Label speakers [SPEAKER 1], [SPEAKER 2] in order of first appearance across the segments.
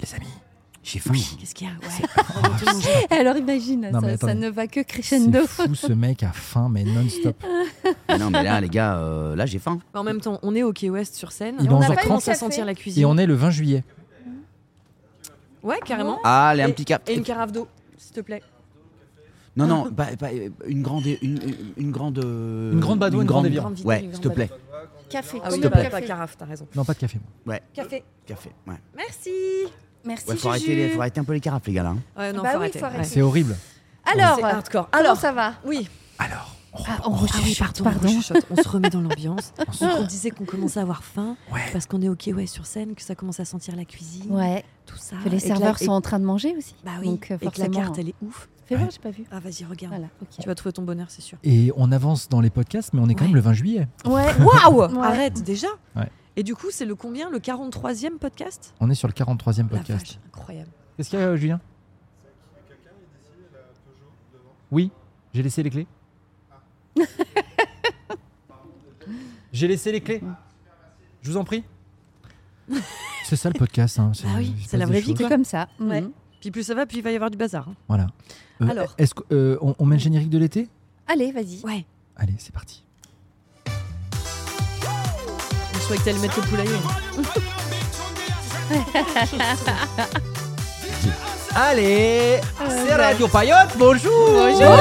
[SPEAKER 1] Les amis, j'ai faim.
[SPEAKER 2] Qu'est-ce qu'il y a ouais. Alors imagine,
[SPEAKER 1] Non, mais
[SPEAKER 2] ça,
[SPEAKER 1] attendez.
[SPEAKER 2] ça ne va que
[SPEAKER 1] C'est
[SPEAKER 2] crescendo.
[SPEAKER 1] fou ce mec a faim mais non-stop.
[SPEAKER 3] Mais non, mais là, les gars, euh, là, j'ai faim.
[SPEAKER 4] En même temps, on est au Key West sur scène.
[SPEAKER 1] Il
[SPEAKER 4] on
[SPEAKER 1] mange à
[SPEAKER 4] pas
[SPEAKER 1] 30.
[SPEAKER 4] commencé à sentir la cuisine.
[SPEAKER 1] Et on est le 20 juillet.
[SPEAKER 4] Ouais, carrément.
[SPEAKER 3] Ah, Allez, un petit cap.
[SPEAKER 4] Et une carafe d'eau, s'il te plaît.
[SPEAKER 3] Non, non, pas- pas- une grande. Une, une grande. euh,
[SPEAKER 1] Une grande Badoit, une grande Evian.
[SPEAKER 4] Grande
[SPEAKER 3] Ouais,
[SPEAKER 4] Evian,
[SPEAKER 3] s'il te plaît.
[SPEAKER 2] Café,
[SPEAKER 4] Ah
[SPEAKER 2] combien
[SPEAKER 4] oui,
[SPEAKER 3] S'il
[SPEAKER 2] de
[SPEAKER 3] te plaît.
[SPEAKER 4] pas, pas
[SPEAKER 2] café
[SPEAKER 4] carafe, t'as raison.
[SPEAKER 1] Non, pas de café. moi.
[SPEAKER 3] Ouais,
[SPEAKER 4] Café.
[SPEAKER 3] café. Ouais,
[SPEAKER 4] Merci.
[SPEAKER 2] Merci
[SPEAKER 3] ouais faut, arrêter
[SPEAKER 2] Juju.
[SPEAKER 3] les- faut arrêter un peu les carafes, les gars, là. hein.
[SPEAKER 4] Ouais, non,
[SPEAKER 2] Bah
[SPEAKER 4] faut
[SPEAKER 2] oui,
[SPEAKER 4] arrêter.
[SPEAKER 2] faut
[SPEAKER 4] ouais.
[SPEAKER 2] arrêter.
[SPEAKER 1] C'est horrible.
[SPEAKER 2] Alors, euh,
[SPEAKER 4] C'est hardcore.
[SPEAKER 2] alors
[SPEAKER 4] Alors,
[SPEAKER 2] ça va
[SPEAKER 4] oui.
[SPEAKER 1] Alors, on,
[SPEAKER 2] Ah,
[SPEAKER 1] re-
[SPEAKER 2] on
[SPEAKER 1] Oh, on
[SPEAKER 2] re- ah oui,
[SPEAKER 1] rechuchote.
[SPEAKER 2] pardon, pardon.
[SPEAKER 4] chuchote, on se remet dans l'ambiance.
[SPEAKER 1] On se-
[SPEAKER 4] Donc, on disait qu'on commençait à avoir faim
[SPEAKER 1] Ouais.
[SPEAKER 4] parce qu'on est au Key West sur scène, que ça commence à sentir la cuisine,
[SPEAKER 2] Ouais,
[SPEAKER 4] tout ça.
[SPEAKER 2] Ah, que les
[SPEAKER 4] et que la-
[SPEAKER 2] serveurs
[SPEAKER 4] et-
[SPEAKER 2] sont en train de manger aussi.
[SPEAKER 4] Bah oui,
[SPEAKER 2] Donc, euh,
[SPEAKER 4] et que la
[SPEAKER 2] forcément,
[SPEAKER 4] carte,
[SPEAKER 2] hein.
[SPEAKER 4] elle est ouf.
[SPEAKER 2] Fais
[SPEAKER 1] Ouais.
[SPEAKER 2] voir, j'ai pas vu.
[SPEAKER 4] Ah, vas-y, regarde.
[SPEAKER 2] Voilà, ok.
[SPEAKER 4] Tu vas trouver ton bonheur, c'est sûr.
[SPEAKER 1] Et on avance dans les podcasts, mais on est quand
[SPEAKER 4] Ouais.
[SPEAKER 1] même le 20 juillet.
[SPEAKER 2] Ouais.
[SPEAKER 4] Waouh
[SPEAKER 2] Ouais.
[SPEAKER 4] Arrête, déjà
[SPEAKER 1] Ouais.
[SPEAKER 4] Et du coup, c'est le combien Le 43e podcast
[SPEAKER 1] On est sur le 43e
[SPEAKER 4] La
[SPEAKER 1] podcast.
[SPEAKER 4] vache, incroyable.
[SPEAKER 1] Qu'est-ce qu'il y a, euh, Julien Oui, j'ai laissé les clés. j'ai laissé les clés. Je vous en prie. C'est ça le podcast. hein, c'est-
[SPEAKER 4] Bah oui,
[SPEAKER 1] il se
[SPEAKER 4] c'est la
[SPEAKER 1] passe des
[SPEAKER 4] vraie vie,
[SPEAKER 1] choses.
[SPEAKER 2] C'est comme ça.
[SPEAKER 4] Ouais.
[SPEAKER 2] Mhm.
[SPEAKER 4] Puis plus ça va, plus il va y avoir du bazar. hein.
[SPEAKER 1] Voilà. Euh,
[SPEAKER 4] Alors.
[SPEAKER 1] Est-ce qu'on euh, on- on met le générique de l'été
[SPEAKER 2] Allez, vas-y.
[SPEAKER 4] Ouais.
[SPEAKER 1] Allez, c'est parti.
[SPEAKER 4] Je croyais que t'allais mettre le poulailler. hein.
[SPEAKER 1] Allez,
[SPEAKER 2] Euh,
[SPEAKER 1] c'est Radio Payotte, bonjour
[SPEAKER 3] Bonjour.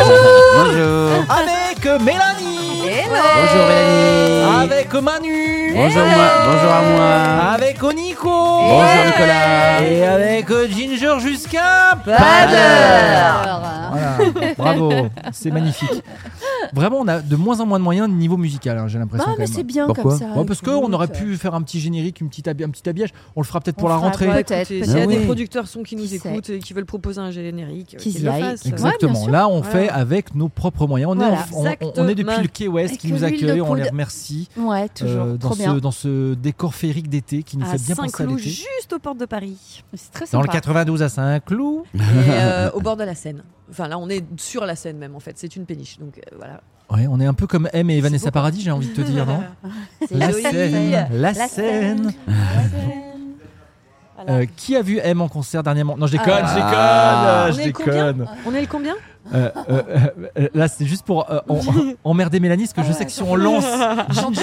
[SPEAKER 1] Avec Mélanie
[SPEAKER 3] Bonjour, Mélanie.
[SPEAKER 1] Avec Manu
[SPEAKER 3] Bonjour, moi. Bonjour à moi.
[SPEAKER 1] Avec Nico
[SPEAKER 3] Bonjour, Nicolas.
[SPEAKER 1] Et avec euh, Ginger jusqu'à
[SPEAKER 2] Alors,
[SPEAKER 1] Voilà, bravo, c'est magnifique. Vraiment, on a de moins en moins de moyens de niveau musical, hein, j'ai l'impression.
[SPEAKER 2] Bah,
[SPEAKER 1] quand
[SPEAKER 2] mais
[SPEAKER 1] même.
[SPEAKER 2] c'est bien
[SPEAKER 3] Pourquoi
[SPEAKER 2] comme ça.
[SPEAKER 1] Ouais, parce qu'on
[SPEAKER 2] écoute.
[SPEAKER 1] aurait pu faire un petit générique, une petite habi- un petit habillage. On le fera peut-être
[SPEAKER 2] On
[SPEAKER 1] pour la
[SPEAKER 2] fera,
[SPEAKER 1] rentrée.
[SPEAKER 2] ouais. Peut-être,
[SPEAKER 4] Écoutez,
[SPEAKER 2] peut-être.
[SPEAKER 4] S'il y a des
[SPEAKER 1] Oui.
[SPEAKER 4] producteurs son qui nous
[SPEAKER 2] Qui sait.
[SPEAKER 4] écoutent et qui veulent proposer un générique, euh,
[SPEAKER 2] Qu'ils
[SPEAKER 4] qu'ils
[SPEAKER 2] y
[SPEAKER 4] le
[SPEAKER 2] aillent,
[SPEAKER 4] fassent.
[SPEAKER 2] quoi. Ouais,
[SPEAKER 1] Exactement.
[SPEAKER 2] bien
[SPEAKER 1] Là, on
[SPEAKER 4] Voilà.
[SPEAKER 1] fait avec nos propres moyens. On,
[SPEAKER 2] Voilà.
[SPEAKER 1] est, en- on- on- on est depuis
[SPEAKER 4] Exactement.
[SPEAKER 1] le Key West
[SPEAKER 2] Avec
[SPEAKER 1] qui nous
[SPEAKER 2] l'huile de
[SPEAKER 1] accueille. On les
[SPEAKER 2] coude.
[SPEAKER 1] remercie
[SPEAKER 2] Ouais, toujours.
[SPEAKER 1] euh, dans,
[SPEAKER 2] Trop bien.
[SPEAKER 1] ce, dans ce décor féerique d'été qui nous
[SPEAKER 4] à
[SPEAKER 1] fait bien penser à
[SPEAKER 4] Saint-Cloud,
[SPEAKER 1] l'été.
[SPEAKER 4] juste aux portes de Paris,
[SPEAKER 2] C'est très sympa.
[SPEAKER 1] Dans le 92 à Saint-Cloud.
[SPEAKER 4] et euh, au bord de la Seine. Enfin, là, on est sur la Seine même, en fait. C'est une péniche, donc euh, voilà.
[SPEAKER 1] Ouais, on est un peu comme M et Vanessa
[SPEAKER 4] beau.
[SPEAKER 1] Paradis, j'ai envie de te dire, non La
[SPEAKER 2] joli.
[SPEAKER 1] scène, la,
[SPEAKER 2] La
[SPEAKER 1] scène. Euh, qui a vu M en concert dernièrement Non, je déconne,
[SPEAKER 4] Ah.
[SPEAKER 3] Ah.
[SPEAKER 1] je
[SPEAKER 4] On est le
[SPEAKER 1] déconne, je déconne.
[SPEAKER 4] On est le combien
[SPEAKER 1] Euh, euh, euh, euh, là, c'est juste pour euh, en- emmerder Mélanie, parce que
[SPEAKER 4] Ah
[SPEAKER 1] je sais que si on lance Ginger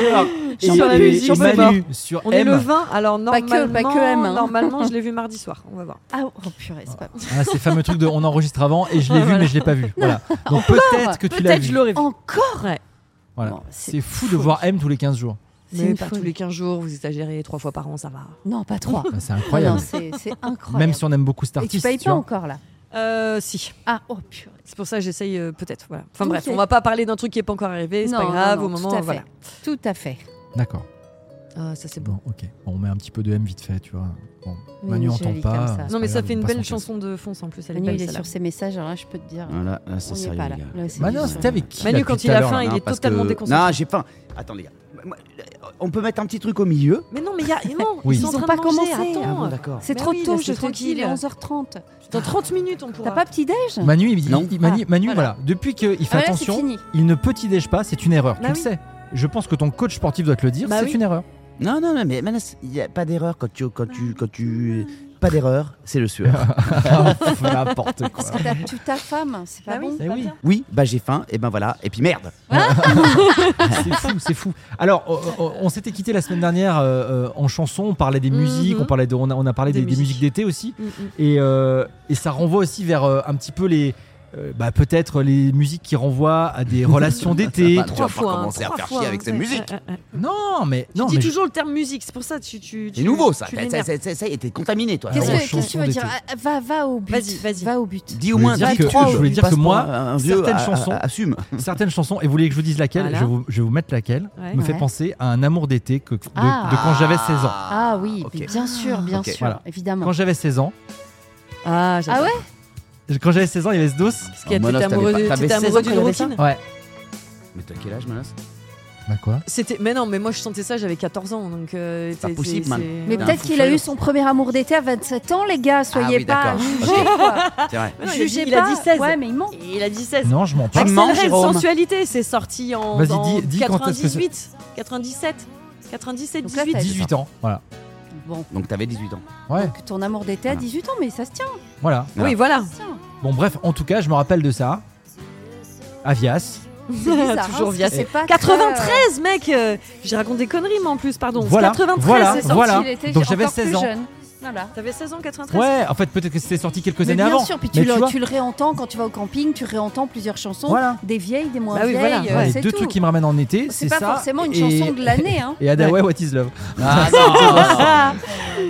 [SPEAKER 1] et,
[SPEAKER 4] J'en peux
[SPEAKER 1] et-
[SPEAKER 4] plus,
[SPEAKER 1] et
[SPEAKER 4] j'en peux
[SPEAKER 1] Manu sur
[SPEAKER 4] On est
[SPEAKER 1] M,
[SPEAKER 4] le 20, alors
[SPEAKER 2] Pas que-
[SPEAKER 4] normalement,
[SPEAKER 2] pas que M, hein.
[SPEAKER 4] normalement je l'ai vu mardi soir. On va voir.
[SPEAKER 2] Ah, oh purée, c'est pas
[SPEAKER 1] ah, ces fameux trucs de on enregistre avant et je l'ai
[SPEAKER 4] Ouais,
[SPEAKER 1] vu
[SPEAKER 4] voilà.
[SPEAKER 1] mais je l'ai pas vu. Voilà. Donc peut-être que tu l'as
[SPEAKER 4] Peut-être je
[SPEAKER 1] vu.
[SPEAKER 4] l'aurais vu.
[SPEAKER 2] Encore
[SPEAKER 4] Ouais.
[SPEAKER 1] Voilà.
[SPEAKER 2] Bon,
[SPEAKER 1] C'est fou de voir M tous les 15 jours.
[SPEAKER 2] C'est
[SPEAKER 4] Mais
[SPEAKER 2] une
[SPEAKER 4] pas
[SPEAKER 2] folie.
[SPEAKER 4] tous les 15 jours, vous exagérez, trois fois par an, ça va.
[SPEAKER 2] Non, pas trois.
[SPEAKER 1] Enfin, Bah, C'est
[SPEAKER 2] Ah non,
[SPEAKER 1] incroyable.
[SPEAKER 2] c'est c'est incroyable.
[SPEAKER 1] Même si on aime beaucoup cet
[SPEAKER 2] Et tu
[SPEAKER 1] artiste.
[SPEAKER 2] payes
[SPEAKER 1] tu
[SPEAKER 2] pas
[SPEAKER 1] vois.
[SPEAKER 2] encore là.
[SPEAKER 4] Euh, si.
[SPEAKER 2] Ah, oh purée.
[SPEAKER 4] C'est pour ça que j'essaye euh, peut-être. Voilà. Enfin
[SPEAKER 2] Ok.
[SPEAKER 4] bref, on va pas parler d'un truc qui est pas encore arrivé, c'est
[SPEAKER 2] Non,
[SPEAKER 4] pas
[SPEAKER 2] non,
[SPEAKER 4] grave
[SPEAKER 2] non,
[SPEAKER 4] au moment.
[SPEAKER 2] Tout à fait.
[SPEAKER 4] voilà.
[SPEAKER 2] Tout à fait.
[SPEAKER 1] D'accord.
[SPEAKER 4] Ah, ça c'est bon.
[SPEAKER 1] Bon, ok. Bon, on met un petit peu de M vite fait, tu vois. Bon.
[SPEAKER 2] Oui,
[SPEAKER 1] Manu
[SPEAKER 2] joli
[SPEAKER 1] entend
[SPEAKER 2] comme
[SPEAKER 1] pas.
[SPEAKER 2] ça.
[SPEAKER 1] c'est
[SPEAKER 4] Non mais
[SPEAKER 1] pas
[SPEAKER 4] ça
[SPEAKER 1] grave,
[SPEAKER 4] fait
[SPEAKER 1] on
[SPEAKER 4] une
[SPEAKER 1] passe en
[SPEAKER 4] belle
[SPEAKER 1] caisse.
[SPEAKER 4] chanson de fond en plus. Elle est
[SPEAKER 2] Manu,
[SPEAKER 4] belle,
[SPEAKER 2] il est
[SPEAKER 4] celle-là.
[SPEAKER 2] sur ses messages, alors là, je peux te dire.
[SPEAKER 3] Ah, Là, là, c'est
[SPEAKER 2] on n'y est
[SPEAKER 3] sérieux,
[SPEAKER 2] pas
[SPEAKER 3] les
[SPEAKER 2] là.
[SPEAKER 3] gars.
[SPEAKER 2] Là, c'est
[SPEAKER 1] Bah
[SPEAKER 2] du
[SPEAKER 1] non,
[SPEAKER 2] sérieux.
[SPEAKER 1] c'était avec qui
[SPEAKER 4] Manu,
[SPEAKER 1] là,
[SPEAKER 4] quand
[SPEAKER 1] depuis
[SPEAKER 4] il
[SPEAKER 1] tout à
[SPEAKER 4] a
[SPEAKER 1] l'heure,
[SPEAKER 4] faim,
[SPEAKER 1] là
[SPEAKER 4] il est
[SPEAKER 3] parce
[SPEAKER 4] totalement
[SPEAKER 3] que-
[SPEAKER 4] déconcentré.
[SPEAKER 3] Non, j'ai faim. Attends, les gars. Moi, On peut mettre un petit truc au milieu
[SPEAKER 4] Mais non, mais il y a. Non,
[SPEAKER 1] Oui.
[SPEAKER 4] ils sont
[SPEAKER 2] Ils
[SPEAKER 4] en
[SPEAKER 2] ont
[SPEAKER 4] train
[SPEAKER 2] pas
[SPEAKER 4] de manger,
[SPEAKER 2] commencé.
[SPEAKER 4] Attends.
[SPEAKER 3] Ah bon, d'accord.
[SPEAKER 2] C'est
[SPEAKER 4] Mais
[SPEAKER 2] trop
[SPEAKER 4] Bah oui,
[SPEAKER 2] tôt,
[SPEAKER 4] laisse-les
[SPEAKER 2] je te dis, il est
[SPEAKER 4] tranquilles.
[SPEAKER 2] 11h30.
[SPEAKER 4] Dans 30 minutes, on pourra.
[SPEAKER 2] T'as pas petit-déj
[SPEAKER 1] Manu, il,
[SPEAKER 3] Non.
[SPEAKER 1] il- Manu,
[SPEAKER 2] Ah,
[SPEAKER 1] Manu, voilà.
[SPEAKER 2] voilà.
[SPEAKER 1] Depuis qu'il fait
[SPEAKER 2] Ah, là, c'est
[SPEAKER 1] attention,
[SPEAKER 2] fini.
[SPEAKER 1] il ne petit-déj pas, c'est une erreur.
[SPEAKER 4] Bah
[SPEAKER 1] tu
[SPEAKER 4] oui.
[SPEAKER 1] le sais. Je pense que ton coach sportif doit te le dire,
[SPEAKER 4] Bah
[SPEAKER 1] c'est
[SPEAKER 4] oui.
[SPEAKER 1] une erreur.
[SPEAKER 3] Non, non, non, mais Manas, il n'y a pas d'erreur quand tu. Quand tu, quand tu... Pas d'erreur, c'est le sueur.
[SPEAKER 1] N'importe quoi. Eh
[SPEAKER 2] Parce que t'as toute ta femme, c'est pas
[SPEAKER 4] Bah oui,
[SPEAKER 2] bon.
[SPEAKER 4] c'est pas
[SPEAKER 1] oui.
[SPEAKER 4] bien.
[SPEAKER 3] Oui, bah j'ai faim, et ben voilà, et puis merde.
[SPEAKER 1] C'est fou, c'est fou. Alors, euh, euh, on s'était quitté la semaine dernière euh, euh, en chanson, on parlait des
[SPEAKER 4] Mhm.
[SPEAKER 1] musiques, on, parlait de, on, a, on a parlé des,
[SPEAKER 4] Des
[SPEAKER 1] des musiques
[SPEAKER 4] musiques.
[SPEAKER 1] d'été aussi.
[SPEAKER 4] Mm, mm.
[SPEAKER 1] Et, euh, et ça renvoie aussi vers euh, un petit peu les, euh, bah, peut-être les musiques qui renvoient à des relations d'été.
[SPEAKER 3] Tu vas
[SPEAKER 4] Trois
[SPEAKER 3] pas
[SPEAKER 4] fois. hein,
[SPEAKER 3] commencer à
[SPEAKER 4] trois
[SPEAKER 3] faire
[SPEAKER 4] fois,
[SPEAKER 3] chier
[SPEAKER 4] hein.
[SPEAKER 3] avec cette
[SPEAKER 4] Ouais,
[SPEAKER 3] musique.
[SPEAKER 4] ouais, ouais.
[SPEAKER 1] Non, mais
[SPEAKER 4] Tu
[SPEAKER 1] non,
[SPEAKER 4] dis
[SPEAKER 1] mais je-
[SPEAKER 4] toujours le terme musique, c'est pour ça tu tu.
[SPEAKER 3] C'est
[SPEAKER 4] tu-
[SPEAKER 3] nouveau ça.
[SPEAKER 4] tu
[SPEAKER 3] Ça-
[SPEAKER 4] l'énerves.
[SPEAKER 3] Ça, ça, ça y est, t'es contaminé toi.
[SPEAKER 2] Qu'est-ce
[SPEAKER 1] Alors,
[SPEAKER 2] que- qu'est-ce que tu veux
[SPEAKER 1] chanson
[SPEAKER 2] dire
[SPEAKER 1] d'été.
[SPEAKER 2] Ah, Va, va au but.
[SPEAKER 4] Vas-y, vas-y.
[SPEAKER 2] Va au but.
[SPEAKER 3] Hein. Dis au
[SPEAKER 1] Je voulais
[SPEAKER 3] moins
[SPEAKER 1] dire
[SPEAKER 3] dis
[SPEAKER 1] que-
[SPEAKER 3] trois
[SPEAKER 1] je
[SPEAKER 3] au
[SPEAKER 1] voulais
[SPEAKER 3] but,
[SPEAKER 1] dire que
[SPEAKER 3] passe-toi,
[SPEAKER 1] moi,
[SPEAKER 3] un vieux,
[SPEAKER 1] certaines
[SPEAKER 3] a- a-
[SPEAKER 1] chansons-
[SPEAKER 3] assume.
[SPEAKER 1] certaines chansons, et vous voulez que je vous dise laquelle
[SPEAKER 4] Voilà.
[SPEAKER 1] je, vais vous, je vais vous mettre laquelle.
[SPEAKER 4] Ouais.
[SPEAKER 1] me
[SPEAKER 2] Ouais.
[SPEAKER 1] fait penser à un amour d'été que, de,
[SPEAKER 2] Ah.
[SPEAKER 1] de quand j'avais 16 ans.
[SPEAKER 2] Ah oui,
[SPEAKER 3] ok.
[SPEAKER 2] mais bien sûr, bien
[SPEAKER 3] Ok.
[SPEAKER 2] sûr,
[SPEAKER 1] Voilà.
[SPEAKER 2] évidemment.
[SPEAKER 1] Quand j'avais 16 ans,
[SPEAKER 4] Ah, j'adore.
[SPEAKER 2] Ah ouais
[SPEAKER 1] quand j'avais 16 ans, il y avait ce dos.
[SPEAKER 4] Parce qu'il y a
[SPEAKER 3] Ah, Manos,
[SPEAKER 4] t'étais
[SPEAKER 3] t'avais
[SPEAKER 4] amoureux
[SPEAKER 3] pas-
[SPEAKER 4] de-
[SPEAKER 3] t'avais
[SPEAKER 4] t'étais
[SPEAKER 3] 16 ans quand
[SPEAKER 4] amoureux d'une
[SPEAKER 3] il y avait ça
[SPEAKER 4] routine.
[SPEAKER 1] Ouais.
[SPEAKER 3] Mais t'as quel âge, Manas
[SPEAKER 1] Bah quoi
[SPEAKER 4] C'était mais non mais moi je sentais ça j'avais 14 ans donc euh,
[SPEAKER 3] pas possible, man.
[SPEAKER 2] Mais
[SPEAKER 3] Non,
[SPEAKER 2] peut-être
[SPEAKER 3] faut
[SPEAKER 2] qu'il a
[SPEAKER 3] faire.
[SPEAKER 2] eu son premier amour d'été à 27 ans, les gars, soyez
[SPEAKER 3] Ah oui,
[SPEAKER 2] pas
[SPEAKER 3] d'accord.
[SPEAKER 2] jugés. quoi.
[SPEAKER 3] C'est vrai.
[SPEAKER 4] Mais non, il a dit-
[SPEAKER 2] Jugez
[SPEAKER 4] il a
[SPEAKER 2] pas.
[SPEAKER 4] dit 16.
[SPEAKER 2] Ouais, mais il ment.
[SPEAKER 4] Et Il a dit 16.
[SPEAKER 1] Non, je m'en parle.
[SPEAKER 3] Maxime,
[SPEAKER 4] Axel Red,
[SPEAKER 3] Jérôme.
[SPEAKER 4] sensualité, c'est sorti en,
[SPEAKER 1] Vas-y,
[SPEAKER 4] en
[SPEAKER 1] dis- dis quand est-ce que c'est.
[SPEAKER 4] 98, 97, 97,
[SPEAKER 2] Donc là,
[SPEAKER 4] 18.
[SPEAKER 2] t'as-
[SPEAKER 1] 18 ans, voilà.
[SPEAKER 2] Bon,
[SPEAKER 3] Donc t'avais 18 ans.
[SPEAKER 1] Ouais,
[SPEAKER 2] que ton amour d'été à
[SPEAKER 3] Voilà.
[SPEAKER 2] 18 ans, mais ça se tient.
[SPEAKER 1] voilà.
[SPEAKER 4] Oui, voilà.
[SPEAKER 2] ça se tient.
[SPEAKER 1] Bon, bref, en tout cas, je me rappelle de ça. Avias.
[SPEAKER 2] C'est bizarre,
[SPEAKER 4] Toujours
[SPEAKER 2] hein, parce
[SPEAKER 4] via
[SPEAKER 2] que c'est pas
[SPEAKER 4] 93, mec euh, J'ai raconté des conneries, moi, en plus, pardon. C'est
[SPEAKER 1] Voilà,
[SPEAKER 4] 93,
[SPEAKER 1] voilà.
[SPEAKER 4] c'est
[SPEAKER 2] euh, c'est
[SPEAKER 4] ça
[SPEAKER 2] sorti,
[SPEAKER 1] voilà.
[SPEAKER 2] il était
[SPEAKER 1] Donc j'avais
[SPEAKER 2] encore plus
[SPEAKER 1] 16 ans.
[SPEAKER 2] jeune. Voilà.
[SPEAKER 4] T'avais 16 ans, 93
[SPEAKER 1] Ouais, en fait, peut-être que c'était sorti quelques
[SPEAKER 2] Mais
[SPEAKER 1] années
[SPEAKER 2] bien
[SPEAKER 1] avant.
[SPEAKER 2] sûr, puis
[SPEAKER 1] Mais
[SPEAKER 2] tu, le,
[SPEAKER 1] vois,
[SPEAKER 2] tu le réentends quand tu vas au camping, tu réentends plusieurs chansons,
[SPEAKER 1] Voilà.
[SPEAKER 2] des vieilles, des moins
[SPEAKER 4] Bah oui,
[SPEAKER 2] vieilles,
[SPEAKER 4] voilà.
[SPEAKER 2] euh,
[SPEAKER 1] Ouais, les
[SPEAKER 2] c'est
[SPEAKER 1] deux
[SPEAKER 2] tout.
[SPEAKER 1] trucs qui me ramènent en été,
[SPEAKER 2] C'est
[SPEAKER 1] c'est ça.
[SPEAKER 2] pas forcément une
[SPEAKER 1] et-
[SPEAKER 2] chanson de l'année. Hein.
[SPEAKER 1] Et Adaway, What is Love
[SPEAKER 3] Ah, non, non, non.
[SPEAKER 4] Ah,